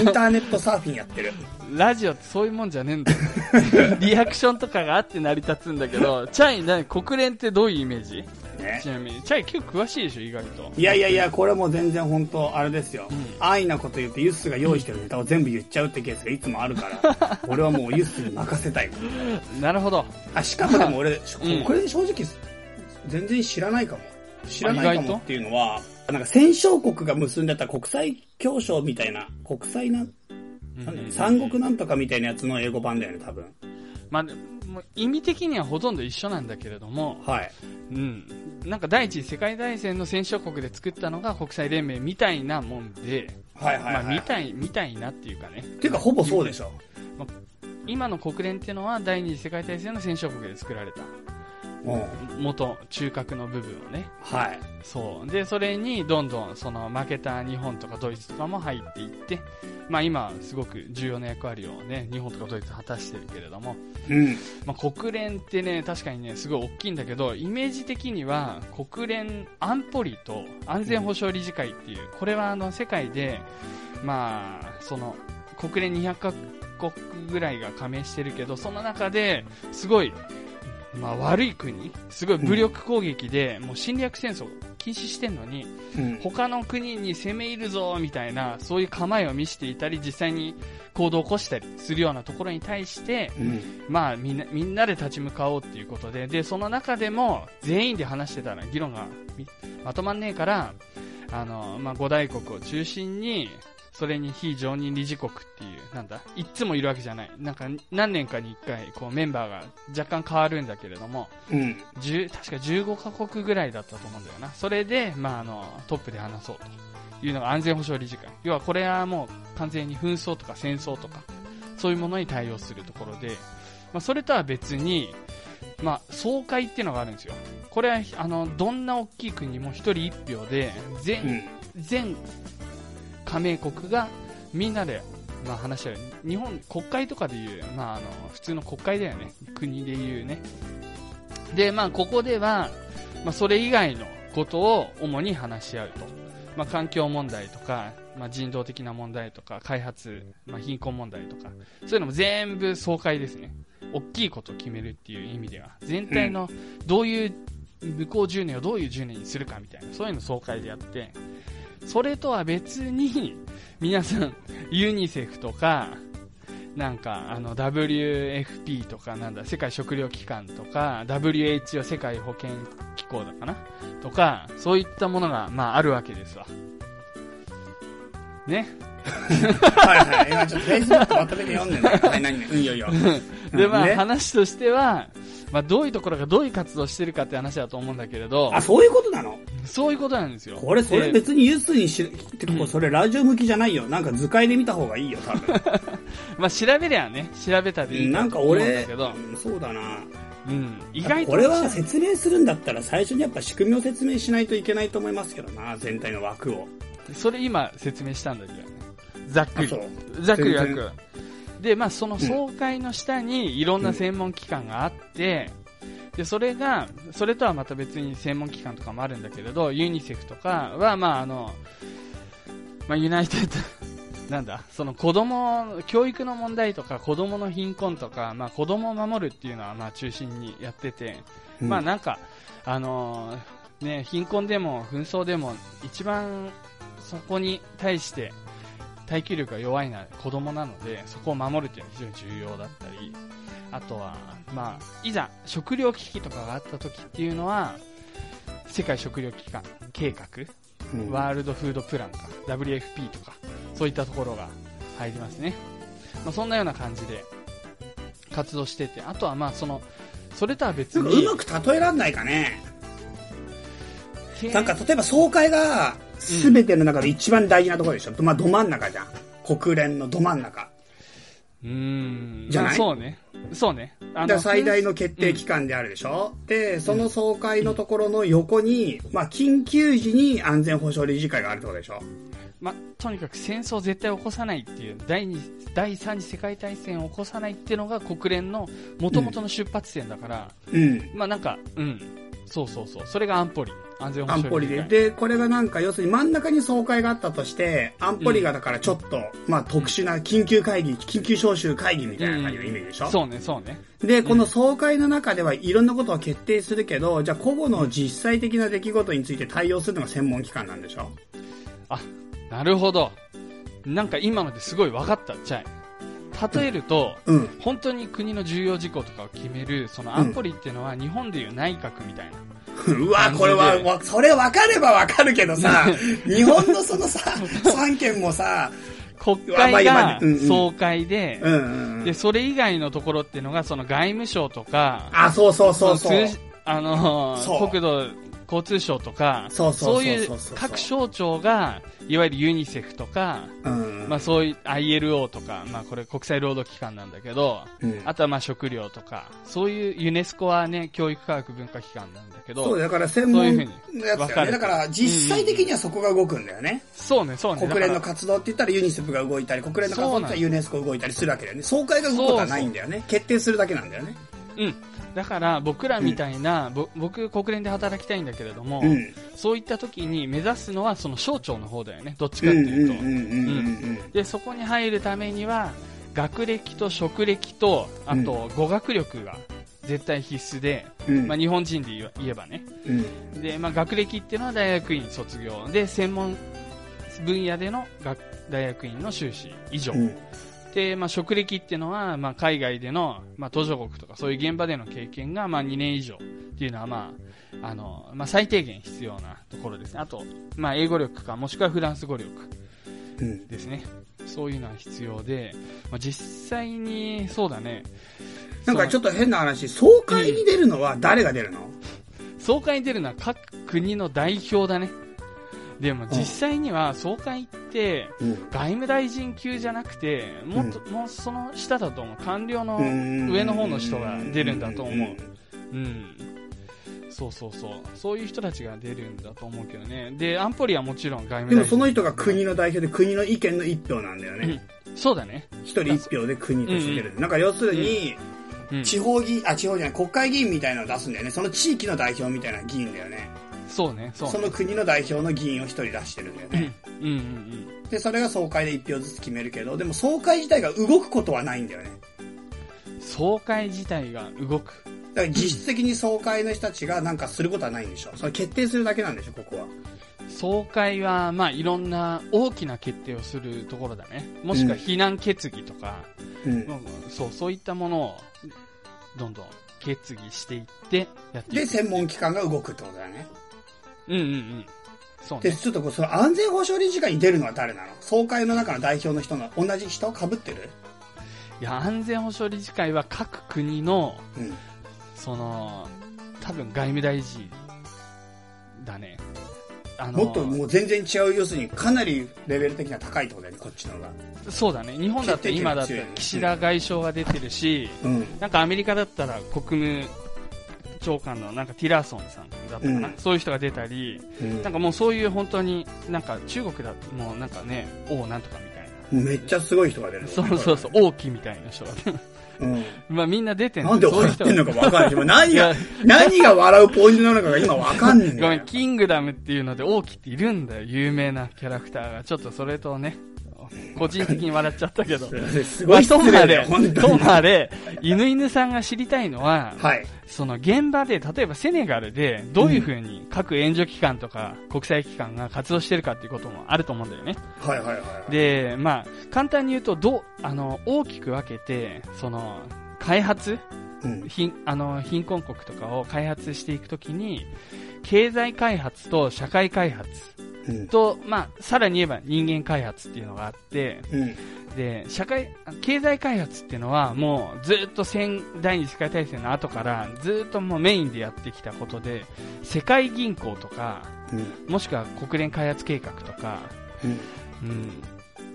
インターネットサーフィンやってる。ラジオってそういうもんじゃねえんだよ。リアクションとかがあって成り立つんだけど、チャイ、な国連ってどういうイメージねち。なみに、チャイ結構詳しいでしょ、意外と。いやいやいや、これもう全然本当、あれですよ。ん安易なこと言って、ユッスが用意してるネタを全部言っちゃうってケースがいつもある から、俺はもうユッスに任せたい。なるほど。あ、しかもでも俺、うんこれ正直、全然知らないかも。知らないかあ意外ともっていうのは、なんか戦勝国が結んでた国際協商みたいな、国際な、なんだ三国なんとかみたいなやつの英語版だよね、多分。まあ、でもう意味的にはほとんど一緒なんだけれども、はい。うん。なんか第一次世界大戦の戦勝国で作ったのが国際連盟みたいなもんで、はいはいはい。まあ、みたい、みたいなっていうかね。ていうか、ほぼそうでしょ。今の国連っていうのは第二次世界大戦の戦勝国で作られた、うん。元中核の部分をね。はい。そう。で、それにどんどんその負けた日本とかドイツとかも入っていって、まあ今すごく重要な役割をね、日本とかドイツ果たしてるけれども、うん。まあ国連ってね、確かにね、すごい大きいんだけど、イメージ的には国連安保理と安全保障理事会っていう、これはあの世界で、まあ、その国連200カ国ぐらいが加盟してるけど、その中ですごい、まあ悪い国、すごい武力攻撃で、もう侵略戦争禁止してんのに、うん他の国に攻め入るぞみたいな、そういう構えを見せていたり、実際に行動を起こしたりするようなところに対して、うんまあみんな、みんなで立ち向かおうっていうことで、で、その中でも全員で話してたら議論がみまとまんねえから、あの、まあ、五大国を中心に、それに非常任理事国っていう、なんだ、いっつもいるわけじゃない。なんか、何年かに一回、こうメンバーが若干変わるんだけれども、うん10確か15カ国ぐらいだったと思うんだよな。それで、まあ、あの、トップで話そうというのが安全保障理事会。要はこれはもう完全に紛争とか戦争とか、そういうものに対応するところで、まあ、それとは別に、まあ、総会っていうのがあるんですよ。これは、あの、どんな大きい国も一人一票で、全、うん全加盟国がみんなで、まあ、話し合う日本国会とかでいう、まあ、あの普通の国会だよね国でいうねで、まあ、ここでは、まあ、それ以外のことを主に話し合うと、まあ、環境問題とか、まあ、人道的な問題とか開発、まあ、貧困問題とかそういうのも全部総会ですね大きいことを決めるっていう意味では全体のどういう、向こう10年をどういう10年にするかみたいなそういうの総会でやってそれとは別に、皆さん、ユニセフとか、なんか、あの、WFP とか、なんだ、世界食糧機関とか、WHO 世界保健機構だかなとか、そういったものが、まあ、あるわけですわ。ね。はいはい今ちょっとフェイスブックまとめて読んでんだよはい何々うんいいよいいよで、まあ、ね話としては、まあ、どういうところがどういう活動してるかって話だと思うんだけれどあ、そういうことなのそういうことなんですよ。これ、それで別にユースにし、てかこれそれラジオ向きじゃないよ。なんか図 解で見た方がいいよ、多分。まあ、調べりゃね、調べたでいいなんかとか思うん俺、だけど、うんそうだな。うん、意外とこれは説明するんだったら最初にやっぱ仕組みを説明しないといけないと思いますけどな、全体の枠を。それ今説明したんだけどね。ざっくあ、りそう。。ざっくりざっ全く然り。で、まあその総会の下にいろんな専門機関があって、で、それが、それとはまた別に専門機関とかもあるんだけれど、ユニセフとかは、まああの、まあユナイテッド、 なんだ、その子供、教育の問題とか子供の貧困とか、まあ子供を守るっていうのはまあ中心にやってて、うんまあなんか、あのーね、貧困でも紛争でも一番そこに対して耐久力が弱いのは子供なのでそこを守るというのは非常に重要だったりあとは、まあ、いざ食糧危機とかがあった時っていうのは世界食糧機関計画うんワールドフードプランか、WFP とか、そういったところが入りますね。まあ、そんなような感じで活動してて、あとはまあその、それとは別なんかうに、まく例えらんないかね。経営なんか例えば総会が全ての中で一番大事なところでしょ。まあど真ん中じゃん。国連のど真ん中。うーん、じゃないそうね。そうね。あで最大の決定機関であるでしょ、で、その総会のところの横に、まあ、緊急時に安全保障理事会があるってことでしょまあ、とにかく戦争を絶対起こさないっていう第二第3次世界大戦を起こさないっていうのが国連の元々の出発点だから、うん。まあなんか、うん、そうそうそう、それが安保理、安全保安保障理理事で。会で、これがなんか、要するに真ん中に総会があったとして、安保理がだからちょっと、まあ特殊な緊急会議、緊急招集会議みたいな感じのイメージでしょ、そうね、そうね。で、この総会の中ではいろんなことを決定するけど、じゃあ個々の実際的な出来事について対応するのが専門機関なんでしょあ、なるほど。なんか今のですごい分かった、チャイ。例えると、うん。本当に国の重要事項とかを決める、その安保理っていうのは日本でいう内閣みたいな。うわ、これは、わそれ分かれば分かるけど さ、日本のそのさ、三権もさ、国まあ会まあがうんうん総会でう、んうんうで、ん。それ以外のところっていうのが、その外務省とか、あ、そうそうそうそう。数あのーそう国土交通省とか、そうそうそうそういう各省庁が、いわゆるユニセフとか、うん。まあそういう ILO とか、まあこれ国際労働機関なんだけど、うんあとはまあ食料とか、そういうユネスコはね、教育科学文化機関なんだけど、そ、そううだから専門そうのいやうふうにつ分だかよれね。てだから実際的にはそこが動くんだよね。ね、そうね。国連のだか活動って言ったらユニセフが動いたり、国連の活動って言ったらユネスコが動いたりするわけだよね。総会が動くことはないんだよね。決定するだけなんだよね。らうん。だから僕らみたいな、ぼ僕国連で働きたいんだけれども、うん。そういった時に目指すのはその省庁の方だよね、どっちうんかってうんういんうと。うんうんで、そこに入るためには、学歴と職歴と、あと語学力が絶対必須で、うんまあ、日本人で言え言えばね。うん。で、まあ、学歴っていうのは大学院卒業で、専門分野での学大学院の修士以上。うん。で、まあ、職歴っていうのは、まあ、海外での、まあ、途上国とかそういう現場での経験が、まあ、2年以上っていうのは、まあ、あの、まあ、最低限必要なところですね。あと、まあ、英語力か、もしくはフランス語力うん。ですね。そういうのは必要で、まあ、実際に、そうだね。なんかちょっと変な話、総会に出るのは誰が出るの総会に出るのは各国の代表だね。でも実際には総会ってうん。外務大臣級じゃなくて、もっと、もうその下だと思う。官僚のうん上の方の人が出るんだと思う。んうん。そうそうそう。そういう人たちが出るんだと思うけどね。で、安保理はもちろん外務で大臣。もその人が国の代表で国の意見の一票なんだよね。そうだね。一人一票で国として出る。なんか要するに、うん。地方議員、あ、地方じゃない、国会議員みたいなのを出すんだよね。その地域の代表みたいな議員だよね。そうね。そうそね。の国の代表の議員を一人出してるんだよね。うんうんうん。で、それが総会で一票ずつ決めるけど、でも総会自体が動くことはないんだよね。総会自体が動く。だから実質的に総会の人たちがなんかすることはないんでしょ。それ決定するだけなんでしょ、ここは。総会は、まあ、いろんな大きな決定をするところだね。もしくはうん非難決議とか、うんま。あそう、そういったものを、どんどん決議していって、やっていで、く。専門機関が動くってことだよね。うんうんうん。そうで、ね。ちょっとこう、その安全保障理事会に出るのは誰なの総会の中の代表の人の、同じ人被ってるいや、安全保障理事会は各国の、うん。その、多分外務大臣だね。あのもっともう全然違う、要するにかなりレベル的には高いってことだよね、こっちの方が。そうだね。日本だって今だっ決定権が強いてよね岸田外相が出てるし、うん。なんかアメリカだったら国務長官のなんかティラーソンさんだったかな、うんそういう人が出たり、なんかもうそういう本当になんか中国だともうなんかね、王なんとかみたいな。めっちゃすごい人が出る、ね。そうそうそう、王毅みたいな人が。う。うん。まあみんな出てんなんでそういう笑っ人てんのが。かわかんないし、もう何いやが、何が笑うポイントなのかが今わかんないんだごめよ。ん、キングダムっていうので王毅っているんだよ、有名なキャラクターが。ちょっとそれとね、個人的に笑っちゃったけど。すごいまあ失ともあ礼だよ、れ、本と当に。もあれ、犬犬さんが知りたいのは、はい。その現場で、例えばセネガルで、どういうふうに各援助機関とか国際機関が活動してるかっていうこともあると思うんだよね。はいはいはい。で、まあ、簡単に言うと、どう、あの、大きく分けて、その、開発うん。貧、あの、貧困国とかを開発していくときに、経済開発と社会開発うん。と、まあ、さらに言えば人間開発っていうのがあって、うん。で、社会、経済開発っていうのはもうずっと戦、第二次世界大戦の後からずっともうメインでやってきたことで、世界銀行とか、うん。もしくは国連開発計画とか、うん。うん。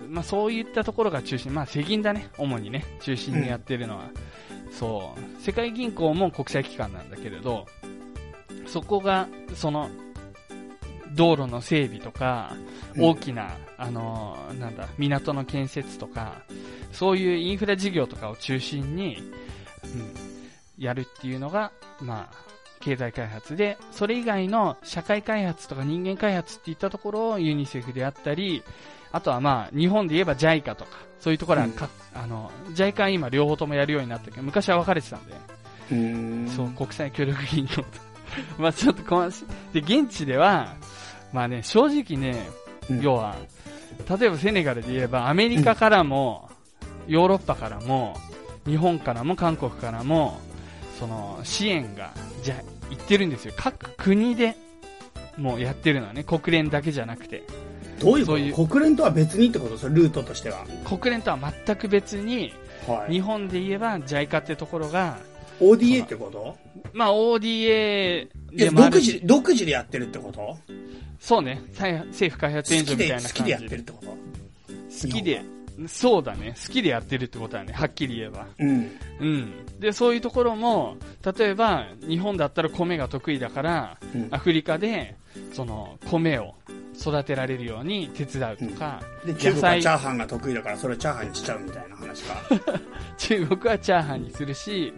まあそういったところが中心、まあ世銀だね、主にね、中心にやってるのは。そう。世界銀行も国際機関なんだけれど、そこが、その、道路の整備とか、うん大きな、あのー、なんだ、港の建設とか、そういうインフラ事業とかを中心に、うん、やるっていうのが、まあ、経済開発で、それ以外の社会開発とか人間開発っていったところをユニセフであったり、あとはまあ、日本で言えば JICA とか、そういうところはか、あの、JICA は今両方ともやるようになったけど、昔は分かれてたんで、うん。そう、国際協力銀行と。 まあちょっとこまし、で、現地では、まあね、正直ね、うん要は、例えばセネガルで言えば、アメリカからも、ヨーロッパからも、日本からも、韓国からも、その、支援が、じゃ、行ってるんですよ。各国で、もうやってるのはね、国連だけじゃなくて。どういうことそういう国連とは別にってことそれルートとしては。国連とは全く別に、は日。本で言えば JICA ってところが、 ODA ってことまあ ODA いやでもあ独る自、独自でやってるってことそうね、さい政府開好発援き助みで、たいな感好じきでやってるってこと好きで、そうだね、好きでやってるってことだね、はっきり言えば。うん。うん。で、そういうところも、例えば、日本だったら米が得意だから、うんアフリカで、その、米を育てられるように手伝うとか、で、中野国は菜チ、ャーハンが得意だから、それをチャーハンにしちゃうみたいな話か。中国はチャーハンにするし、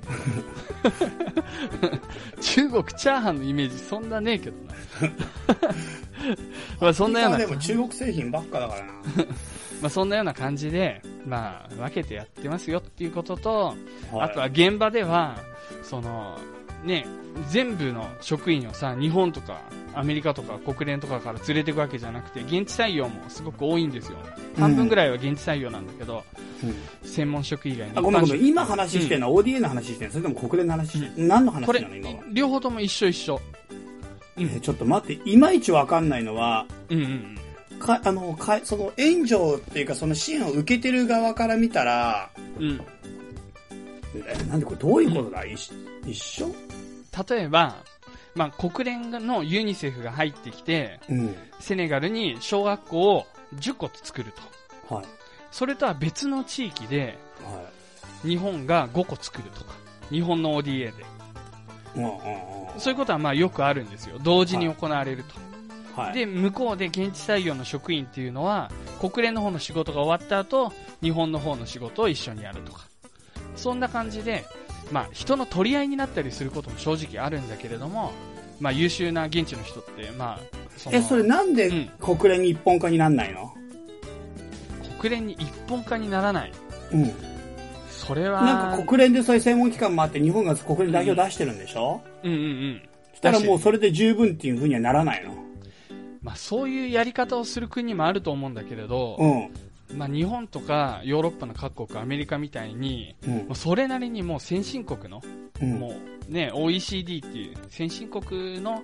中国チャーハンのイメージそんなねえけ どな。まあそんなようなで。も中国製品ばっかだからな。まあ、そんなような感じで、まあ、分けてやってますよっていうことと、はあいとは現場では、その、ね、全部の職員をさ、日本とかアメリカとか国連とかから連れていくわけじゃなくて、現地採用もすごく多いんですよ。半分ぐらいは現地採用なんだけど、うん専門職以外に。あごめんごめん、今一般職話してるのは ODA の話してるのそれとも国連の話してる、何の話こなれの今は、、両方とも一緒一緒。うんえちょっと待って、いまいちわかんないのは、うんうんうん。かあのかその援助っていうか、その支援を受けてる側から見たら、うん、えなんでこれどういうことだ、一一緒例えば、まあ、国連のユニセフが入ってきて、うん。セネガルに小学校を10個作ると。はい。それとは別の地域で、は日本が5個作るとか。日本の ODA で。い。うんうんうん。そういうことはまあよくあるんですよ。同時に行われると。はい。で、向こうで現地採用の職員っていうのは、国連の方の仕事が終わった後、日本の方の仕事を一緒にやるとか。そんな感じで、まあ、人の取り合いになったりすることも正直あるんだけれども、まあ、優秀な現地の人って、まあ、そのえ、それなんでうん国連に一本化になんないの国連に一本化にならない。うん。それは、なんか国連でそういう専門機関もあって、日本が国連代表出してるんでしょ、うんうんうん。そしたらもうそれで十分っていうふうにはならないの。まあ、そういうやり方をする国もあると思うんだけれど、うん。まあ、日本とかヨーロッパの各国、アメリカみたいに、うんもう。それなりにもう先進国の、うんもうね、OECD っていう先進国の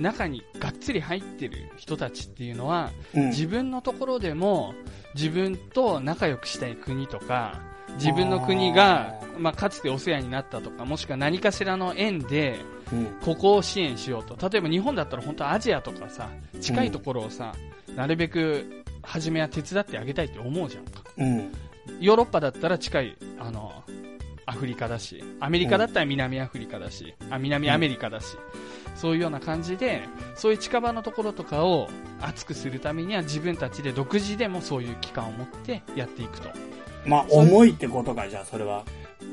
中にがっつり入ってる人たちっていうのは、うん自分のところでも自分と仲良くしたい国とか、自分の国があ、まあ、かつてお世話になったとか、もしくは何かしらの縁で、うんここを支援しようと。例えば日本だったら本当アジアとかさ、近いところをさ、なるべく初めは手伝ってあげたいって思うじゃんか。うん。ヨーロッパだったら近い、あの、アフリカだし、アメリカだったら南アフリカだし、あ南アメリカだし、そういうような感じで、そういう近場のところとかを熱くするためには自分たちで独自でもそういう機関を持ってやっていくと。まあ、重いってことか、じゃあ、それは。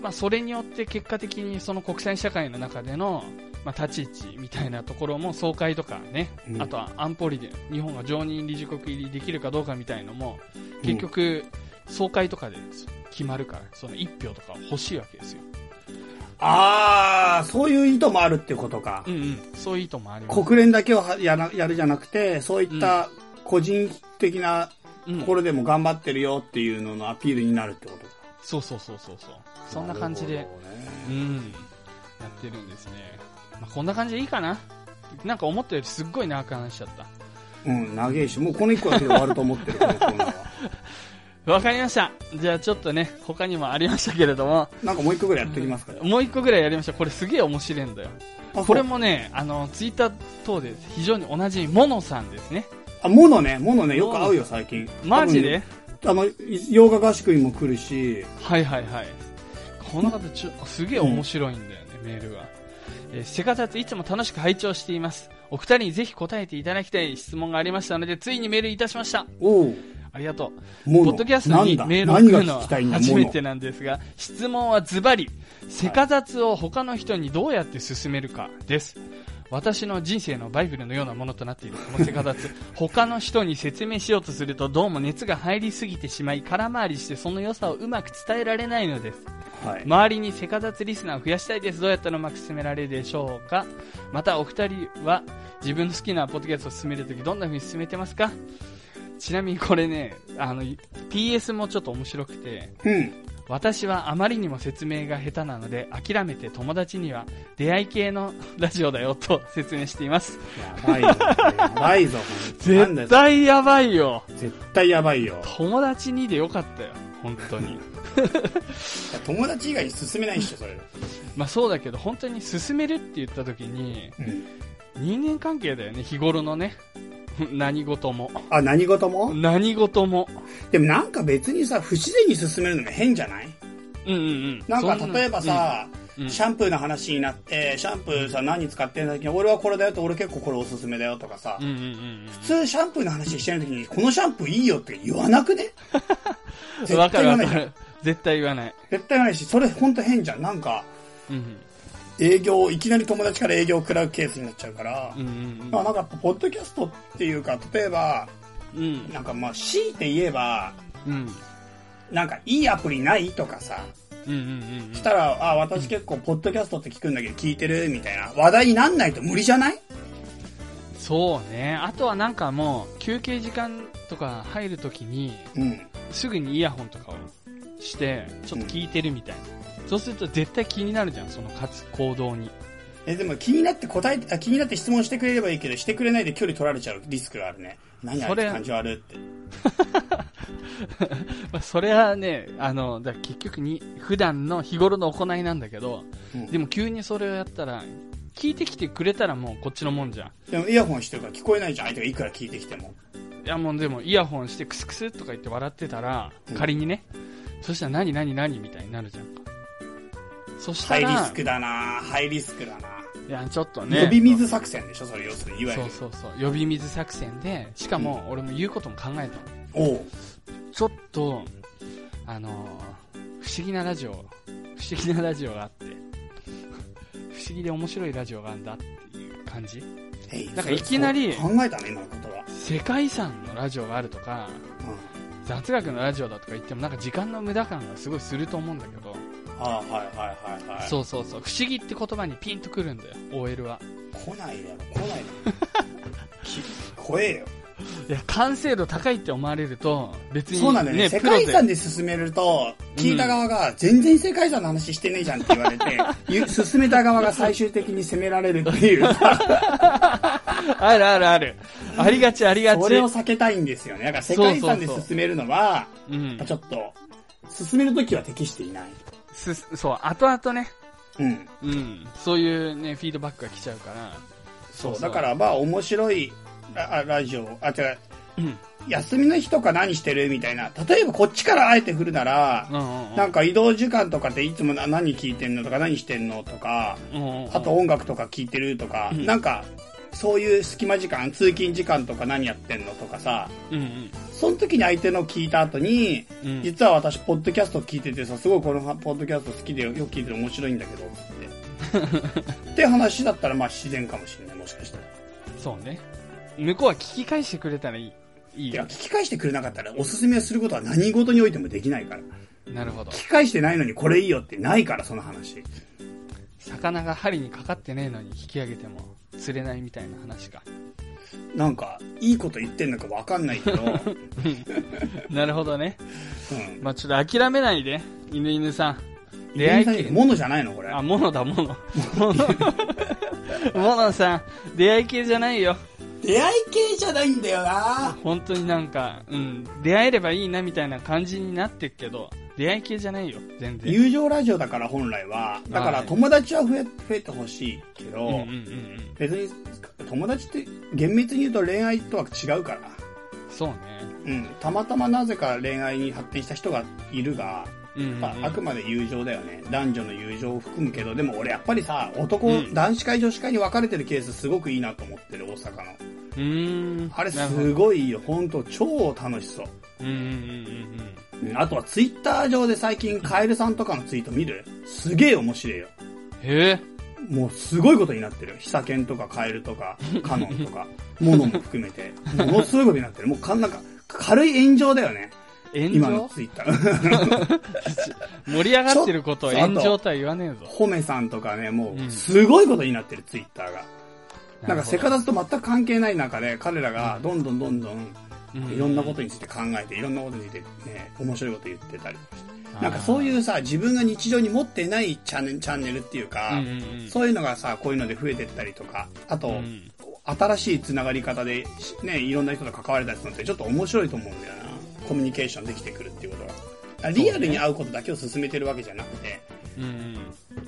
まあ、それによって結果的にその国際社会の中での、まあ、立ち位置みたいなところも総会とかね、うんあとは安保理で日本が常任理事国入りできるかどうかみたいのも結局総会とかで決まるからその1票とか欲しいわけですよ、ああ、そういう意図もあるってことかう。んうん、そういう意図もあります、国連だけをはやらやるじゃなくて、そういった個人的なうんところでも頑張ってるよっていうののアピールになるってことか。そうそうそうそうそうそんな感じで、るほどね。うん、やってるんですね、まあ、こんな感じでいいかななんか思ったよりすっごい長く話しちゃったうん、長いし、もうこの一個だけで終わると思っ てる、このコーナーは。わかりました。じゃあちょっとね、他にもありましたけれども、なんかもう一個ぐらいやっておきますから。もう一個ぐらいやりましょう。これすげえ面白いんだよ。あこれ。もね、あの、ツイッター等で非常におなじみ、モノさんですね。そうあ、モノね、モノね、よく会うよ、最近。マジで多分あの、洋画合宿にも来るし、はいはいはい。この方ちょ、すげえ面白いんだよね、メールが。えー、せかたついつも楽しく拝聴しています。お二人にぜひ答えていただきたい質問がありましたので、ついにメールいたしました。おう、ありがとう。モポノ。ッドキャストになんだメールを送る何のが聞はきたいんだ、初モめノて。なんですが、質問はズバリ、セカ雑を他の人にどうやって進めるかです。私の人生のバイブルのようなものとなっているこのセカ 雑。他の人に説明しようとするとどうも熱が入りすぎてしまい空回りしてその良さをうまく伝えられないのです。はい。周りにセカザツリスナーを増やしたいです。どうやったらうまく進められるでしょうかまたお二人は自分の好きなポッドキャストを進めるときどんな風に進めてますかちなみにこれね、あの、PS もちょっと面白くて、うん。私はあまりにも説明が下手なので諦めて友達には出会い系のラジオだよと 説明しています。やばいぞ。やばいぞ、ほんとなんだ絶よそれ対やばいよ絶対やばいよ。友達にでよかったよ。本当に。いや友達以外に進めないっしょ、それ。まあそうだけど本当に進めるって言ったときに、うん。人間関係だよね、日頃のね。 何事も。あ、何事も何事も。でもなんか別にさ、不自然に進めるのも変じゃないうんうんうん。なんか例えばさ、うん、うんシャンプーの話になって、シャンプーさ、何使ってんだっけ俺はこれだよと、俺結構これおすすめだよとかさう、んうんうん普通シャンプーの話してる時に、このシャンプーいいよって言わなくねうん。絶わ対かるわ言わかないじゃん。る。絶対言わない。絶対言わないし、それほんと変じゃん。なんか、うん営業、いきなり友達から営業を食らうケースになっちゃうからうん。う、んまあなんかやっぱポッドキャストっていうか、例えば、うんうん。なんかまあ強いて言えば、うん。なんかいいアプリないとかさ、うんうんうんしたら、あ、私結構ポッドキャストって聞くんだけど聞いてるみたいな話題になんないと無理じゃないそうね。あとはなんかもう、休憩時間とか入るときに、うん。すぐにイヤホンとかをして、ちょっと聞いてるみたいな。そうすると絶対気になるじゃん、その活行動に。え、でも気になって答えて、あ気になって質問してくれればいいけど、してくれないで距離取られちゃうリスクがあるね。何あそれれ感じ悪いって。まあ、それはね、あの、だから結局に、普段の日頃の行いなんだけど、うんでも急にそれをやったら、聞いてきてくれたらもうこっちのもんじゃん。でもイヤホンしてるから聞こえないじゃん、相手がいくら聞いてきても。いやもうでもイヤホンしてクスクスとか言って笑ってたらうん、仮にね、そしたら何何何みたいになるじゃんか。そしハたイら、リスクだなハイリスクだな、いや、ちょっとね。呼び水作戦でしょ、それ要するに。いわゆそるう。そうそう。呼び水作戦で、しかも俺も言うことも考えたの。おう。ちょっと、あのー不思議なラジオ、不思議なラジオがあって、 不思議で面白いラジオがあるんだっていう感じ。えいなんかいきなりそう考えたね、今のことは。世界遺産のラジオがあるとか、うん。雑学のラジオだとか言ってもなんか時間の無駄感がすごいすると思うんだけど、ああ、はいはいはいはい。そうそうそう、不思議って言葉にピンとくるんだよ、OL は。来ないだろ、来ないだろ。 き来えよ。いや、完成度高いって思われると、別に、そうなんだよね。世界遺プロ産でで進めると、聞いた側が全然世界遺産の話してねえじゃんって言わ れて、ゆ進めた側が最終的に責められるって いうさ、あるあるある。ありがちありがち。それを避けたいんですよね。だから世界遺産でそうそうそう進めるのは、うん。ちょっと、進めるときは適していない。す、そう、後々ね、うん。うん、そういうね、フィードバックが来ちゃうから、そそうう。そうだからまあ面白いララジオ、あ、違う、うん、休みの日とか何してるみたいな。例えばこっちからあえて振るなら、うん、うん。なんか移動時間とかっていつもな何聞いてんのとか何してんのとか、うんうんうん、あと音楽とか聴いてるとか、うんなんか、そういう隙間時間、通勤時間とか何やってんのとかさ、うんうん、その時に相手の聞いた後に、うん実は私、ポッドキャスト聞いててさ、すごいこのポッドキャスト好きでよく聞いてて面白いんだけ ど、って。って話だったら、まあ自然かもしれない、もしかしたら。そうね。向こうは聞き返してくれたらいい。いいいや、よ聞。き返してくれなかったら、おすすめすることは何事においてもできないから。なるほど聞。き返してないのにこれいいよってないから、その話。魚が針にかかってねえのに引き上げても釣れないみたいな話か。なんか、いいこと言ってんのかわかんない けど、うなるほどね。ん。まあちょっと諦めないで、犬犬さん。出レ会イいさ系ん、ものじゃないのこれ。あ、モノだ、モノ。 モノ。モノさん、出会い系じゃないよ。出会い系じゃないんだよな本当になんか、うん、出会えればいいなみたいな感じになってっけど、出会い系じゃないよ、全然。友情ラジオだから本来は、だからはい友達は増え増えてほしいけうど、んうんうんうん。別に友達って厳密に言うと恋愛とは違うから、そうね。うん、たまたまなぜか恋愛に発展した人がいるが、うんうん、うん。まああくまで友情だよね。男女の友情を含むけど、でも俺やっぱりさ、男、うん男子会女子会に分かれてるケースすごくいいなと思ってる、大阪の。うーん。あれなるほどすごいいいよ、ほんと超楽しそう。うんうんうんうんあとはツイッター上で最近カエルさんとかのツイート見るすげえ面白いよ。うん。へえ。もうすごいことになってるよ。ヒサケンとかカエルとか、カノンと か、モノも含めて。ものすごいことになってる。もうか、なんか、軽い炎上だよね。炎今の上ツイッター。 盛り上がってることをちょっと炎上とは言わねえぞ。ホメさんとかね、もうう、んすごいことになってる、ツイッターが。なるなんか、ほセどカダスと全く関係ない中で、彼らがどんどんどんどん、うんいろんなことについて考えて、いろんなことについてね、面白いこと言ってたり。あーなんかそういうさ、自分が日常に持ってないチャンネルチャンネルっていううか、んうんうんそういうのがさ、こういうので増えてったりとか、あと、うん新しいつながり方で、しね、いろんな人と関われたりするのってちょっと面白いと思うんだよな。コミュニケーションできてくるっていうことは。だからリアルに会うことだけを進めてるわけじゃなくて、うんうん。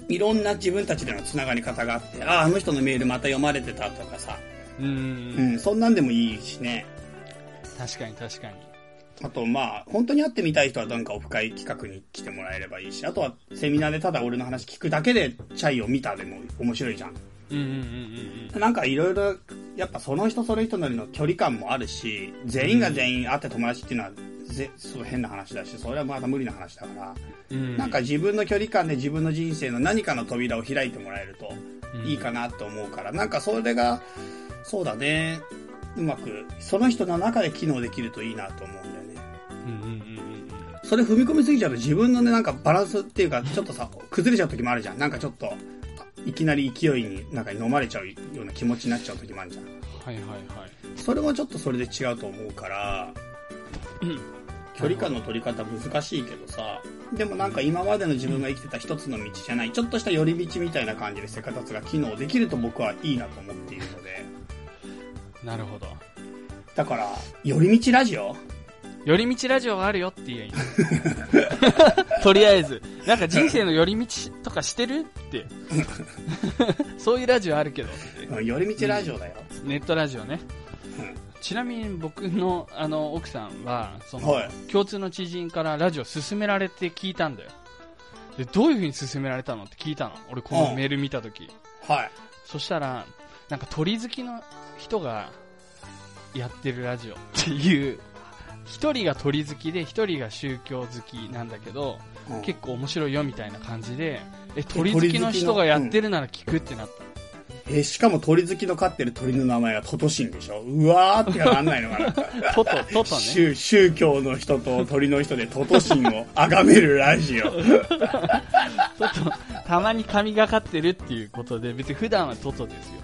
いろんな自分たちでのつながり方があって、ああ、あの人のメールまた読まれてたとかさ、うんううんうん。ん、そんなんでもいいしね。確かに確かに。あと、まあ、本当に会ってみたい人はなんかオフ会企画に来てもらえればいいし、あとはセミナーでただ俺の話聞くだけでチャイを見たでも面白いじゃん。うんうんうんうんなんかいろいろ、やっぱその人その人なりの距離感もあるし、全員が全員会って友達っていうのは、ぜそう変な話だし、それはまた無理な話だから、うん。うんなんか、自分の距離感で自分の人生の何かの扉を開いてもらえるといいかなと思うから、なんかそれが、そうだね、うまく、その人の中で機能できるといいなと思うんだよね。うんうんうんうんうん。それ踏み込みすぎちゃうと自分のね、なんかバランスっていうか、ちょっとさ、崩れちゃう時もあるじゃん。なんかちょっと、いきなり勢いに、なんか飲まれちゃうような気持ちになっちゃう時もあるじゃん。はいはいはい。それはちょっとそれで違うと思うから、距離感の取り方難しいけどさ、でもなんか今までの自分が生きてた一つの道じゃない、ちょっとした寄り道みたいな感じでセカタツが機能できると僕はいいなと思っているので、なるほど。だから、寄り道ラジオ寄り道ラジオがあるよって言えばいいの とりあえず。なんか人生の寄り道とかしてるって。 そういうラジオあるけどって。うん寄り道ラジオだよ。ネットラジオね。ちなみに僕のあの奥さんはその、はい共通の知人からラジオ勧められて聞いたんだよでどういうふうに勧められたのって聞いたの俺こうのんメール見た時、はい。そしたらなんか鳥好きの人がやってるラジオっていう一人が鳥好きで一人が宗教好きなんだけどうん結構面白いよみたいな感じでえ鳥好きの人がやってるなら聞くってなったえ、しかも鳥好きの飼ってる鳥の名前がトトシンでしょうわーってかなんないのか な、トトトトね宗宗教の人と鳥の人でトトシンを崇めるラジオ。トト、たまに神がかってるっていうことで、別に普段はトトですよ。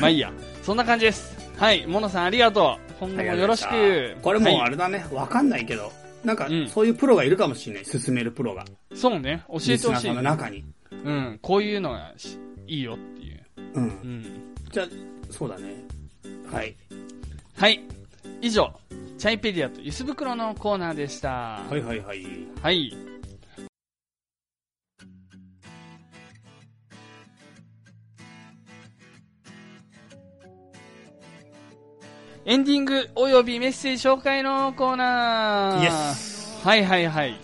まあいいや。そんな感じです。はい、モノさんありがとう。今後もよろしく。これもうあはいれだね、わかんないけど、なんかうんそういうプロがいるかもしれない、進めるプロが。そうね、教えリてスほナーしさんのい。中に。うん、こういうのがしいいよっていう。うんう。ん。じゃあ、そうだね。はい。はい、以上、チャイペディアとゆすぶくろのコーナーでした。はいはいはい。はい。エンディングおよびメッセージ紹介のコーナー。イエスはいはいはい。い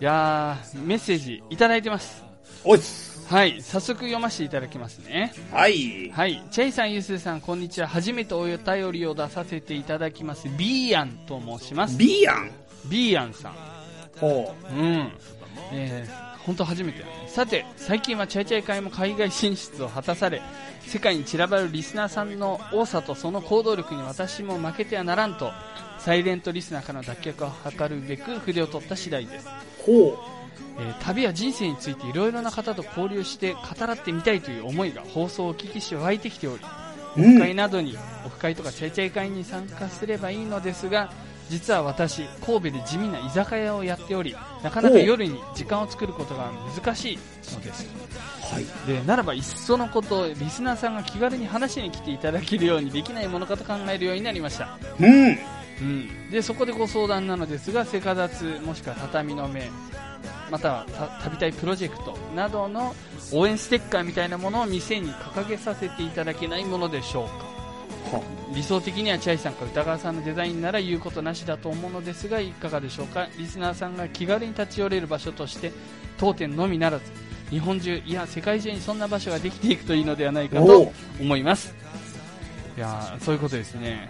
やー、メッセージいただいてます。おいっすはい、早速読ませていただきますね。はい。はい、チェイさん、ユースーさん、こんにちは。初めてお便りを出させていただきます。ビーヤンと申します。ビーアン。ビーヤンさん。ほうん。えー、本当初めてだね。さて、最近はチャイチャイ会も海外進出を果たされ、世界に散らばるリスナーさんの多さとその行動力に私も負けてはならんと、サイレントリスナーからの脱却を図るべく筆を取った次第です。う。ほえー旅や人生についていろいろな方と交流して語らってみたいという思いが放送をお聞きして湧いてきており、う。うオフ会ん。などに、オフ会とかチャイチャイ会に参加すればいいのですが、実は私、神戸で地味な居酒屋をやっており、なかなか夜に時間を作ることが難しいのです。はい。で、ならばいっそのこと、リスナーさんが気軽に話に来ていただけるようにできないものかと考えるようになりました。うん。うん。で、そこでご相談なのですが、セカダツ、もしくは畳の目、またはた旅たいプロジェクトなどの応援ステッカーみたいなものを店に掲げさせていただけないものでしょうか。は。理想的にはチャイさんか歌川さんのデザインなら言うことなしだと思うのですがいかがでしょうかリスナーさんが気軽に立ち寄れる場所として当店のみならず日本中いや世界中にそんな場所ができていくといいのではないかおとう思いますいやーそういうことですね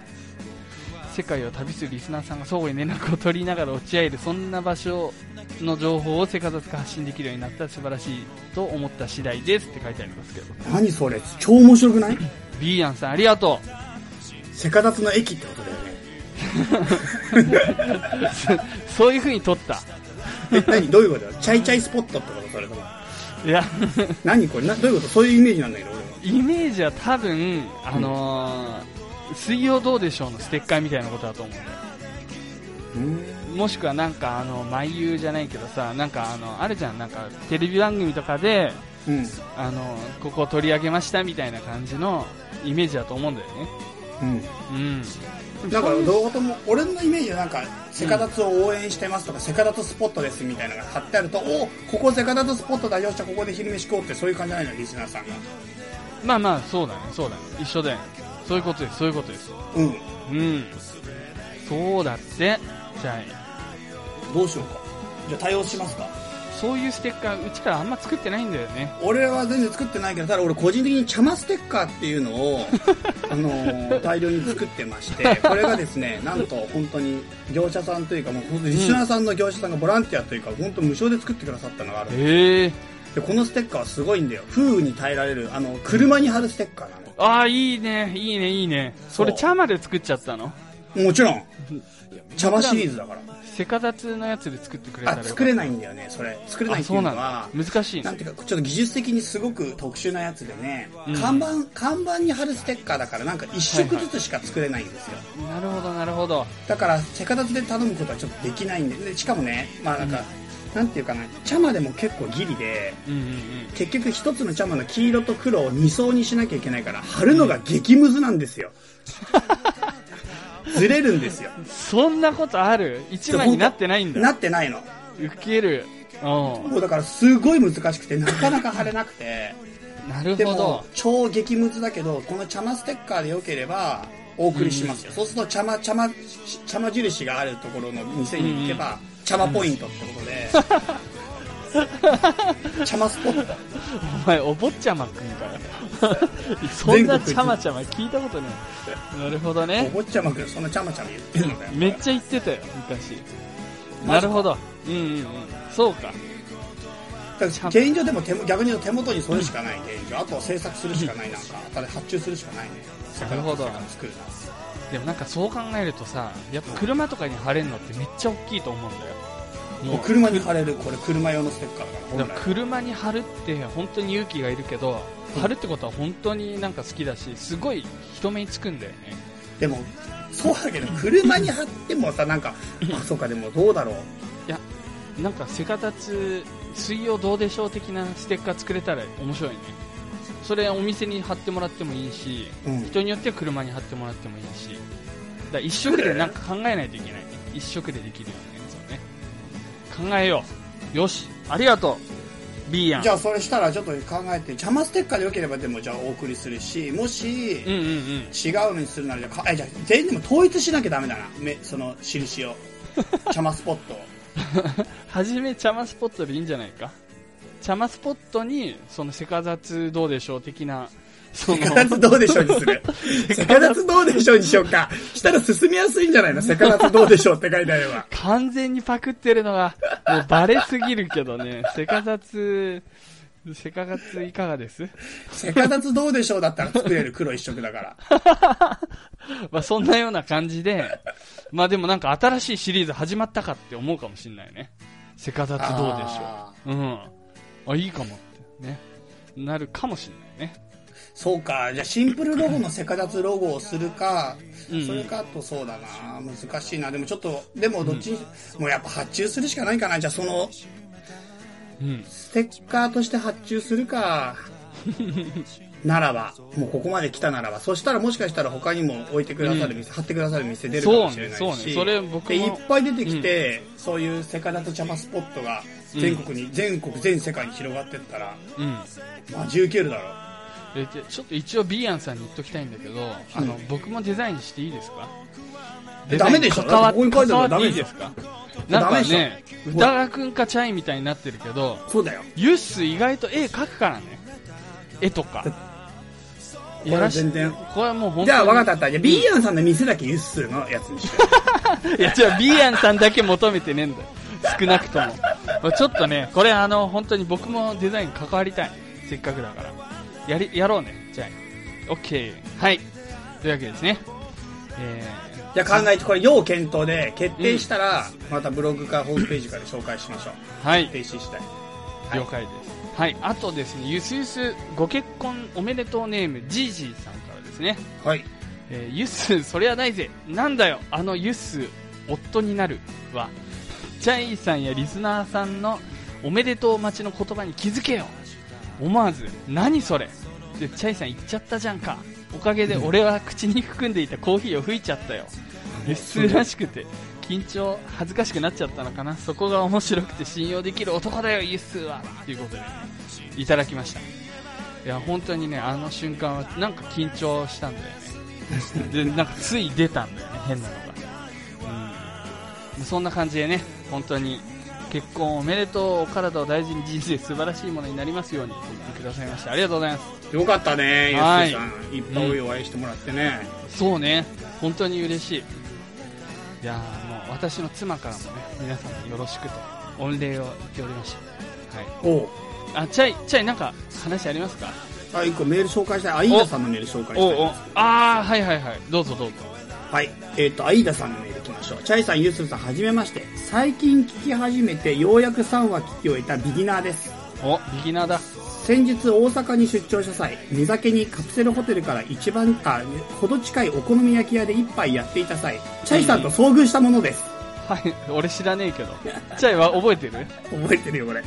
世界を旅するリスナーさんが相互に連絡を取りながら落ち合えるそんな場所の情報をせかざつか発信できるようになったら素晴らしいと思った次第ですって書いてありますけど何それ超面白くないビーヤンさんありがとう セカダツの駅ってことだよね。そういう風に撮ったえ、何どういうことチャイチャイスポットってことそれとも。いや何これなどういうことそういうイメージなんだけど、俺は。イメージは多分、あのー水曜どうでしょうのステッカーみたいなことだと思うんだようん。もしくはなんかあの、毎夕じゃないけどさ、なんかあの、あるじゃん、なんかテレビ番組とかで、うん。あのここを取り上げましたみたいな感じのイメージだと思うんだよね。うん。うん。なんか動画とも、俺のイメージはなんか、セカダツを応援してますとか、セカダツスポットですみたいなのが貼ってあると、おここセカダツスポットだよ、じゃあここで昼飯食おうって、そういう感じじゃないの、リスナーさんが。まあまあ、そうだね、そうだね。一緒だよね。そういうことです、そういうことです。うん。うん。そうだって。じゃどうしようか。じゃあ対応しますか。あ、そういうステッカー、うちからあんま作ってないんだよね。俺は全然作ってないけど、ただ俺個人的にチャマステッカーっていうの を、あのー大量に作ってまして、これがですね、なんと本当に業者さんというか、もう本当にリスナーさんの業者さんがボランティアというか、本当無償で作ってくださったのがある。ええー。で、このステッカーはすごいんだよ。風雨に耐えられる、あの、車に貼るステッカーなの。ああ、いいね、いいね、いいね。それ、そう茶まで作っちゃったのもちろん。茶葉シリーズだから。せかざつのやつで作ってくれたらよあかった作れないんだよねそれ作れなあいってそいううのなんはだ難しいなのんていうかちょっと技術的にすごく特殊なやつでね、うん看板看板に貼るステッカーだからなんか1色ずつしか作れないんですよ、なるほどなるほどだからせかたずで頼むことはちょっとできないんででしかもねまあなんか、なんていうかな茶までも結構ギリでうんうん結局一つの茶まの黄色と黒を2層にしなきゃいけないから貼るのが激ムズなんですよ、ずれるんですようんそんなことある一枚になってないんだなってないのウケるうもうだからすごい難しくてなかなか貼れなくてんなるでほもど超激ムズだけどこの茶まステッカーでよければお送りしますよ、そうすると茶ま茶ま茶ま印があるところの店に行けば、茶まポイントってこと で、茶まスポットお前お坊ちゃまくんから そんなちゃまちゃま聞いたことないなるほどおね坊ちゃまくんそんなちゃまちゃま言ってるのだよめっちゃ言ってたよ昔マなジるかほどうんうんうんそうかだから現状でも手も逆に言うと手元にそれしかない現状あとは制作するしかないなんかただ発注するしかないねなるほど魚作るなでもなんかそう考えるとさやっぱ車とかに貼れるのってめっちゃ大きいと思うんだよもおう車に貼れるこれ車用のステッカーだだから本か来ら車に貼るって本当に勇気がいるけど、貼るってことは本当になんか好きだしすごい人目につくんだよねでもそうだけど車に貼ってもさなんかあそうかでもどうだろうなんかセカタツ水曜どうでしょう的なステッカー作れたら面白いねそれお店に貼ってもらってもいいし、うん人によっては車に貼ってもらってもいいしだから一色でなんか考えないといけないね一色でできるようなやつをね考えようよしありがとう B やんじゃあそれしたらちょっと考えて邪魔ステッカーでよければでもじゃあお送りするしもし、うんうんうん違うのにするならじゃあかえじゃあ全員でも統一しなきゃダメだなめその印 を邪魔スポットをはじめ、茶間スポットでいいんじゃないか。茶間スポットに、その、せかざつどうでしょう的な、そのセ、カダツどうでしょうにす る。セカダツどうでしょうにしようか。したら進みやすいんじゃないのセカダツどうでしょうって書いてあれば。完全にパクってるのが、もうバレすぎるけどね、せかざつ、せかざついかがですセカダツどうでしょうだったら作れる黒一色だから。まあそんなような感じで、まあでもなんか新しいシリーズ始まったかって思うかもしんないね。せかざつどうでしあょう。うん。あ、いいかもって、ね。なるかもしんないね。そうか。じゃあシンプルロゴのセカダツロゴをするか、うんそれかあとそうだな。難しいな。でもちょっと、でもどっちに、もうやっぱ発注するしかないかな。じゃあそのうん。ステッカーとして発注するか。ならば、もうここまで来たならば、そしたらもしかしたら他にも置いてくださる店、貼ってくださる店出るかもしれないし、そうねそうねそれ僕もでいっぱい出てきて、そういうセカダとチャマスポットが全国に、全国全世界に広がってったら、うん。まあ19るだろう。えじゃちょっと一応ビーアンさんに言っときたいんだけど、あの僕もデザインしていいですかえダメでしょ関わっここに書いて関あわるのっていいダメででしょすかダなんメかでしょね歌川くんかチャイみたいになってるけどそうだよ。ユッス意外と絵描くからね絵とかこれは全然これはもう本当にじゃあ分かったあった。じゃあビーアンさんの店だけユッスーのやつにしよ いや、じゃあ、ビーアンさんだけ求めてねえん だよ。少なくとも。まあちょっとね、これあの、本当に僕もデザイン関わりたい。せっかくだから。やり、やろうね。じゃあ、オッケー。はい。というわけですね。えう。じゃあ考えて、これ要検討で決定したら、またブログかホームページから紹介しましょう。ー、はい。停止したい。了解です。はい。あとですね、ゆすゆすご結婚おめでとうネーム、ジージーさんからですね。はい。えー、ユッスーそれはないぜなんだよあのユッスー夫になるはチャイさんやリスナーさんのおめでとう待ちの言葉に気づけよ思わず何それでチャイさん言っちゃったじゃんかおかげで俺は口に含んでいたコーヒーを吹いちゃったよユッスーらしくて緊張恥ずかしくなっちゃったのかなそこが面白くて信用できる男だよユッスーはということでいただきましたいや本当にねあの瞬間はなんか緊張したんだよねでなんかつい出たんだよね変なのが、うん、そんな感じでね本当に結婚おめでとうお体を大事に人生素晴らしいものになりますようにと言ってくださいましたありがとうございまよかったね、ユはッいスーさん。いっぱいお会いしてもらってね。すそうね本当に嬉しいいやーもう私の妻からもね皆さんよろしくと御礼を言っておりましたはいおう。あチャイチャイなんか話ありますかあ、一個メール紹介したい。アイーダさんのメール紹介したい。おうおうああはいはいはいどうぞどうぞはい。えっ、と、アイーダさんのメール来まましょう。チャイさん、ユースルさん、はじめまして。最近聞き始めて、ようやく3話聞き終えたビギナーです。お、ビギナーだ。先日大阪に出張した際寝酒にカプセルホテルから一番あほど近いお好み焼き屋で一杯やっていた際チャイさんと遭遇したものですはい、俺知らねえけど。チャイは覚えてる覚えてるよこれ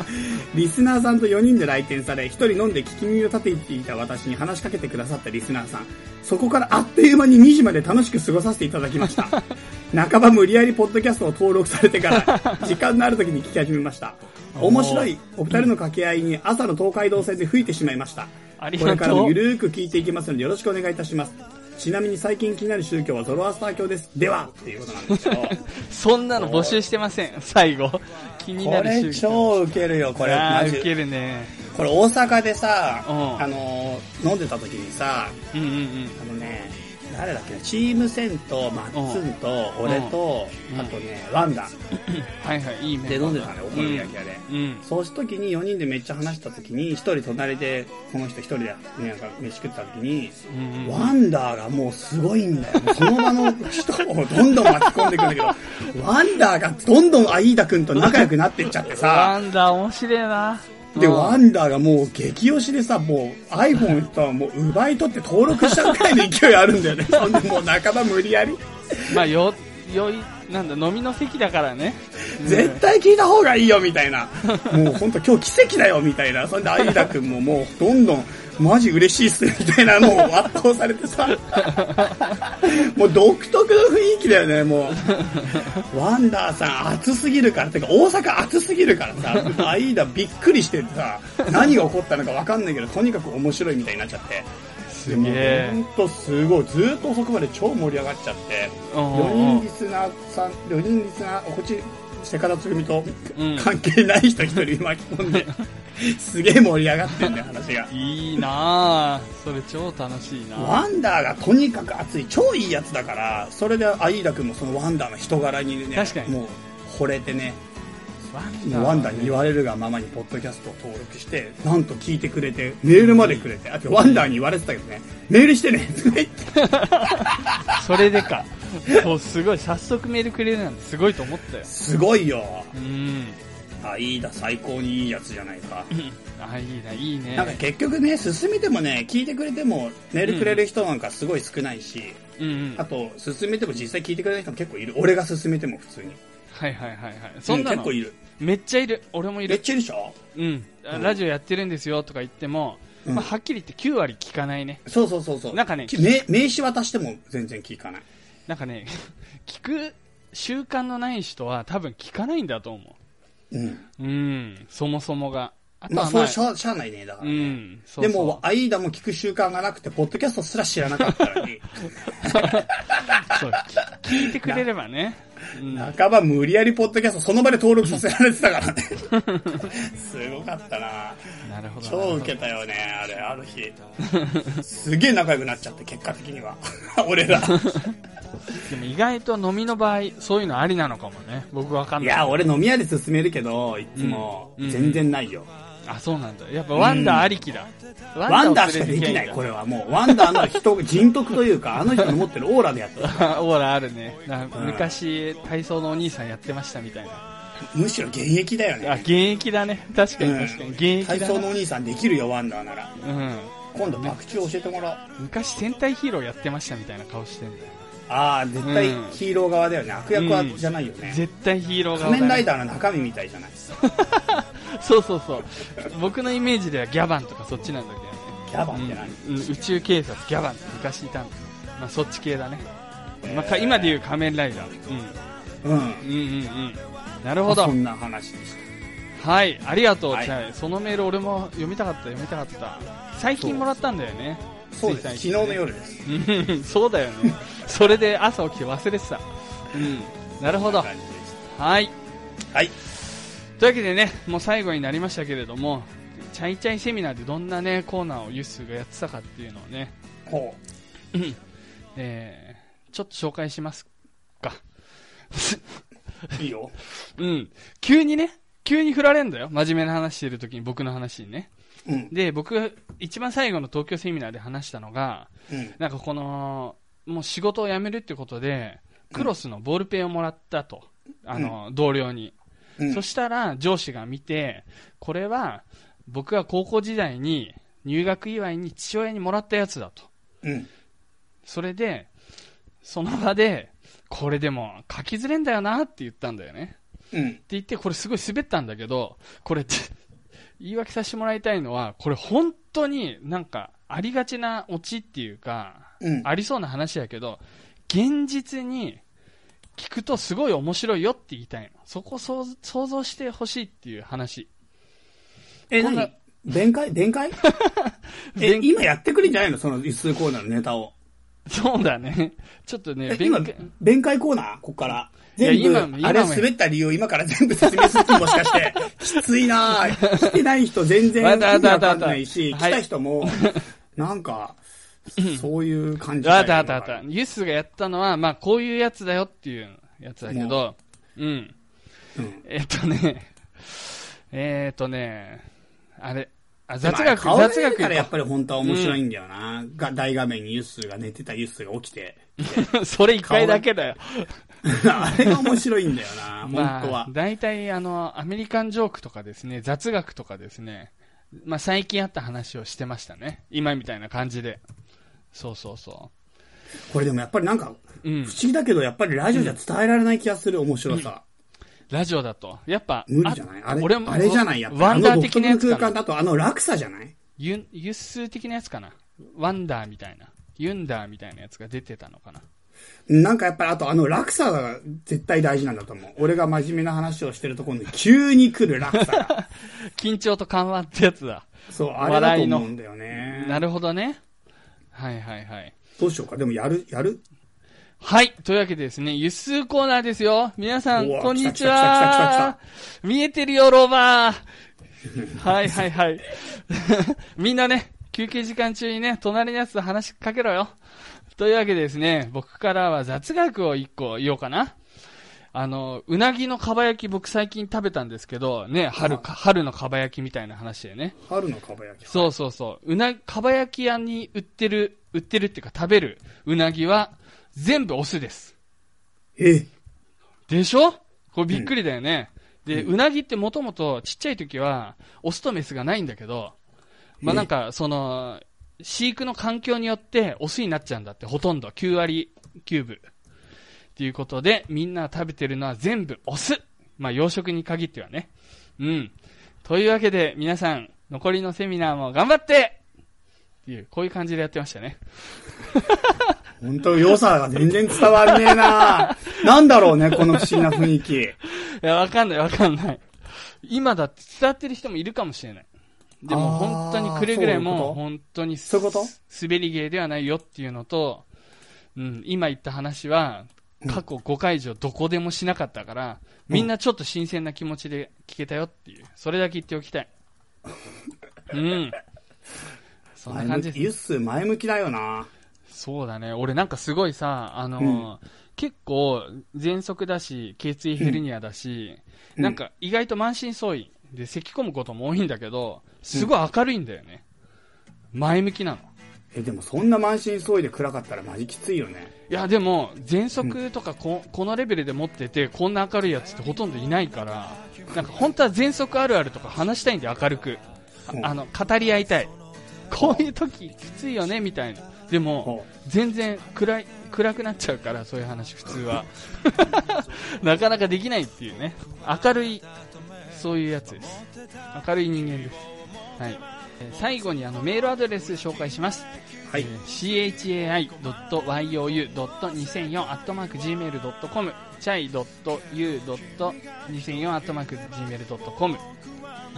リスナーさんと4人で来店され1人飲んで聞き耳を立てていた私に話しかけてくださったリスナーさんそこからあっという間に2時まで楽しく過ごさせていただきました 半ば無理やりポッドキャストを登録され てから時間のある時に聞き始めました面白いお二人の掛け合いに朝の東海道線で吹いてしまいましたありこれがからもとうゆ。るーく聞いていきますのでよろしくお願いいたしますちなみに最近気になる宗教はゾロアスター教ですではっていうことなんですけどそんなの募集してません、最 後。 気になこるれ宗教。超ウケるよこれあマー、ジウケるね。これ大阪でさ、うんあのー飲んでた時にさうんうん うん。あのね誰だっけなチームセンとマッツンと俺と、うんあとねワンダはいはい、いいね。で飲んでたねお好み焼き屋で、うん。そうした時に4人でめっちゃ話した時に1人隣でこの人1人で、ね、なんか飯食った時に、うんワンダーがもうすごいんだよ。もうその場の人をどんどん巻き込んでいくんだけど、ワンダーがどんどんアイーダ君と仲良くなってっちゃってワさ、ンダー面白いな。で、うんワンダーがもう激推しでさ、もう iPhone とはもう奪い取って登録したくらいの勢いあるんだよね。 そんでもう半ば無理やり。まあ、よ、よい、なんだ、飲みの席だからね。 絶対聞いた方がいいよみたいな。もうほんと今日奇跡だよみたいな。そんでアイーダ君ももうどんどんマジ嬉しいっすねみたいなのを圧倒されてさ。もう独特の雰囲気だよね、もう。ワンダーさん暑すぎるから、てか大阪暑すぎるからさ、アイーダびっくりしててさ、何が起こったのかわかんないけど、とにかく面白いみたいになっちゃって。すげえほんとすごい。ずーっと遅くまで超盛り上がっちゃって。うんうん4うん人リスナーさん、4人リスナー、こっち、セカダつぐみとうん関係ない人一人巻き込 んで、すげえ盛り上がってんだよ、話が。いいなぁ。それ超楽しいなワンダーがとにかく熱い、超いいやつだから、それでアイーダ君もそのワンダーの人柄にね、確かにもう惚れてね、ワンもうワンダーに言われるがままにポッドキャストを登録して、なんと聞いてくれて、メールまでくれて、あとワンダーに言われてたけどね、メールしてね、 とか言ってそれでか。そう、すごい。早速メールくれるなんてすごいと思ったよ。すごいよ。 うん。アイーダ最高にいいやつじゃないか。あ、いいな、いいね。なんか結局ね、進めてもね、聞いてくれても、メールくれる人なんかすごい少ないし、うんうんあ。と、進めても実際聞いてくれない人も結構いる。俺が進めても普通に。はいはいはいはい。そんなう結の構いる。めっちゃいる。俺もいめる。っちゃいるでしょうん。あラジオやってるんですよとか言っても、うんまあ、はっきり言って9割聞かないね。そうそうそうそう。なんかねき名、名刺渡しても全然聞かない。なんかね、 聞く習慣のない人は多分聞かないんだと思うん。う。うん。そもそもが。あまあ、はそれしゃあ、しゃあないね、だからうね。ん。そうそうでも、、アイーダも聞く習慣がなくて、ポッドキャストすら知らなかったのに、そう聞聞いてくれればね。うん半ば無理やりポッドキャストその場で登録させられてたからね。すごかったななるほど。超ウケたよねあれある日すげえ仲良くなっちゃって結果的には 俺らでも意外と飲みの場合、そういうのありなのかもね。僕わかんいない。や俺飲み屋で勧めるけどいつもうん全然ないよ、あ、そうなんだ。やっぱワンダーありきだ。ワンダをーしか連れでてきゃないんだこれはもうワンダーの人人徳というかあの人の持ってるオーラでやってるオーラあるね なんかうん昔体操のお兄さんやってましたみたいな むしろ現役だよあね現役だね確かにうん確かに現役だ体な操のお兄さんできるよワンダーならうん今度爆中教えてもらおう昔戦隊ヒーローやってましたみたいな顔してんだよああ絶対うんヒーロー側だよね悪役はうんじゃないよね、絶対ヒーローが仮面ライダーの中身みたいじゃないそうそうそう僕のイメージではギャバンとかそっちなんだけどねギャバンって何、うんうん宇宙警察ギャバンって昔いたんだまあそっち系だね、まあか、今でいう仮面ライダー、うんうん、うんうんうんなるほどそんな話でしたはい、ありがとう、はいチャイそのメール俺も読みたかった、読みたかった。最近もらったんだよね。そうです昨水日産の夜ですうんそうだよね。それで朝起きて忘れてた。うん。なるほど。感じでしはい。たはい。というわけでね、もう最後になりましたけれども、チャイチャイセミナーでどんなね、コーナーをユッスーがやってたかっていうのをね、ほえー、ちょっと紹介しますか。う。いいよ。うん。急にね、急に振られんだよ。真面目な話してる時に僕の話にね。うん。で、僕、一番最後の東京セミナーで話したのが、うん。なんかこの、もう仕事を辞めるってことで、クロスのボールペンをもらったと、あの、同僚に。うんそしたら、上司が見て、これは、僕が高校時代に、入学祝いに父親にもらったやつだと。うん。それで、その場で、これでも書きづれんだよなって言ったんだよね。うんっ。て言って、これすごい滑ったんだけど、これ、つ言い訳させてもらいたいのは、これ本当になんかありがちなオチっていうか、うんありそうな話やけど、現実に聞くとすごい面白いよって言いたいの。そこを想像想像してほしいっていう話。え、こんな何弁解弁 解え、今やってくれんじゃないのその一数コーナーのネタを。そうだね。 ちょっとえね、今勉強、弁解コーナーこっから。いや全部、今も今あもれ滑った理由を今から全部説明する気もしか して。きついなぁ。来てない人全然わ意かっ味たわわかったわかかんったないし、はい来た人も、なんか、 そういう感じあだよったあったあった。ユースがやったのは、まあ、こういうやつだよっていうやつだけど、うん。うんえっとね、えっとね、あれ、あ、でも雑学、あれ雑顔見学てからやっぱり本当は面白いんだよな。が大画面にユッスーが寝てたユッスーが起 きて。それ一回だけだよ。あれが面白いんだよな、ま本当あは、。大体、あの、アメリカンジョークとかですね、雑学とかですね、まあ、最近あった話をしてましたね。今みたいな感じで。そうそうそこれでもやっぱりなんか、う。う不ん思。議だけど、やっぱりラジオじゃ伝えられない気がする面白さ。ラジオだと。やっぱ、無理じゃないあれ俺もあれじゃないやっぱり。ワンダー的なあやのつ独特かの空な間だと、あの落差じゃないユユッスー的なやつかな。ワンダーみたいな。ユンダーみたいなやつが出てたのかな。なんかやっぱり、あとあの落差が絶対大事なんだと思う。俺が真面目な話をしてるところに急に来る落 差が。緊張と緩和ってやつだ。そう、あれだと思うんだよね。なるほどね。はいはいはい。どうしようか。でもやる、やるはい。というわけでですね、輸出コーナーですよ。皆さん、うわこんにち来た来た来たは。見えてるよ、ロバー。はいはいはい。 みんなね、休憩時間中にね、隣のやつと話しかけろよ。というわけでですね、僕からは雑学を一個言おうかな。あの、うなぎのかば焼き僕最近食べたんですけど、ね、春か、春のかば焼きみたいな話でね。春のかば焼き。そうそうそう。うな、かば焼き屋に売ってる、売ってるっていうか食べるうなぎは全部オスです。えでしょこれびっくりだよね。で、うなぎってもともとちっちゃい時はオスとメスがないんだけど、まあなんかその、飼育の環境によってオスになっちゃうんだって、ほとんど9割9分。っていうことで、みんな食べてるのは全部オス。まあ養殖に限ってはね。うん。というわけで皆さん、残りのセミナーも頑張ってっていう、こういう感じでやってましたね。本当良さが全然伝わんね えななんだろうね、この不思議な雰囲気。いや、わかんないわかんない。今だって伝わってる人もいるかもしれない。でもあー本当にくれぐれそういうこもと本当にすそういうこと滑り芸ではないよっていうのと、うん、今言った話は過去5回以上どこでもしなかったから、うんみんなちょっと新鮮な気持ちで聞けたよっていう、それだけ言っておきたい。うん。そんな前感向じきでユッす。スー前向きだよなそうだね。俺なんかすごいさ、あのー結構喘息だし、血液ヘルニアだし、うんなんか意外と満身創痍で咳込むことも多いんだけど、すごい明るいんだよね。前向きなの。え、でもそんな満身創痍で暗かったらマジきついよね。いや、でも、喘息とかこ,、このレベルで持ってて、こんな明るいやつってほとんどいないから、なんか本当は喘息あるあるとか話したいんで明るく。あうんあの、語り合いたい。こういう時きついよね、みたいな。でもほ、全然暗い、暗くなっちゃうから、そういう話、普通は。 なかなかできないっていうね。明るい、そういうやつです。明るい人間です。はい。えー最後にあのメールアドレス紹介します。はい。 chai.you.2004-gmail.com chai.u.2004-gmail.com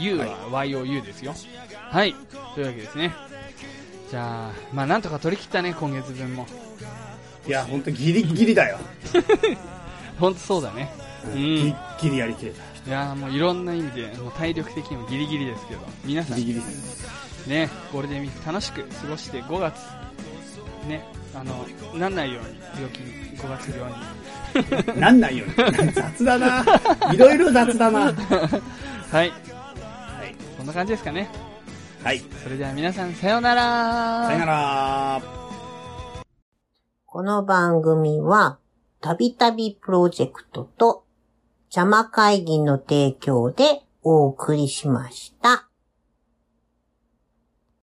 u は you ですよ。はい。というわけですね。じゃあ、まあなんとか取り切ったね、今月分も。いや、本当ギリギリだよ。ほんとそうだね。うんんギリギリやりきれた。いやーもういろんな意味で、もう体力的にもギリギリですけど、皆さんギリギリです。ね、ゴールデンウィーク楽しく過ごして5月、ね、あの、なんないように、病気に、5月病に。なんないよね。雑だな。いろいろ雑だな。ははい、い。こんな感じですかね。はい。それでは皆さん、さようならさよなら。この番組は、たびたびプロジェクトと、邪魔会議の提供でお送りしました。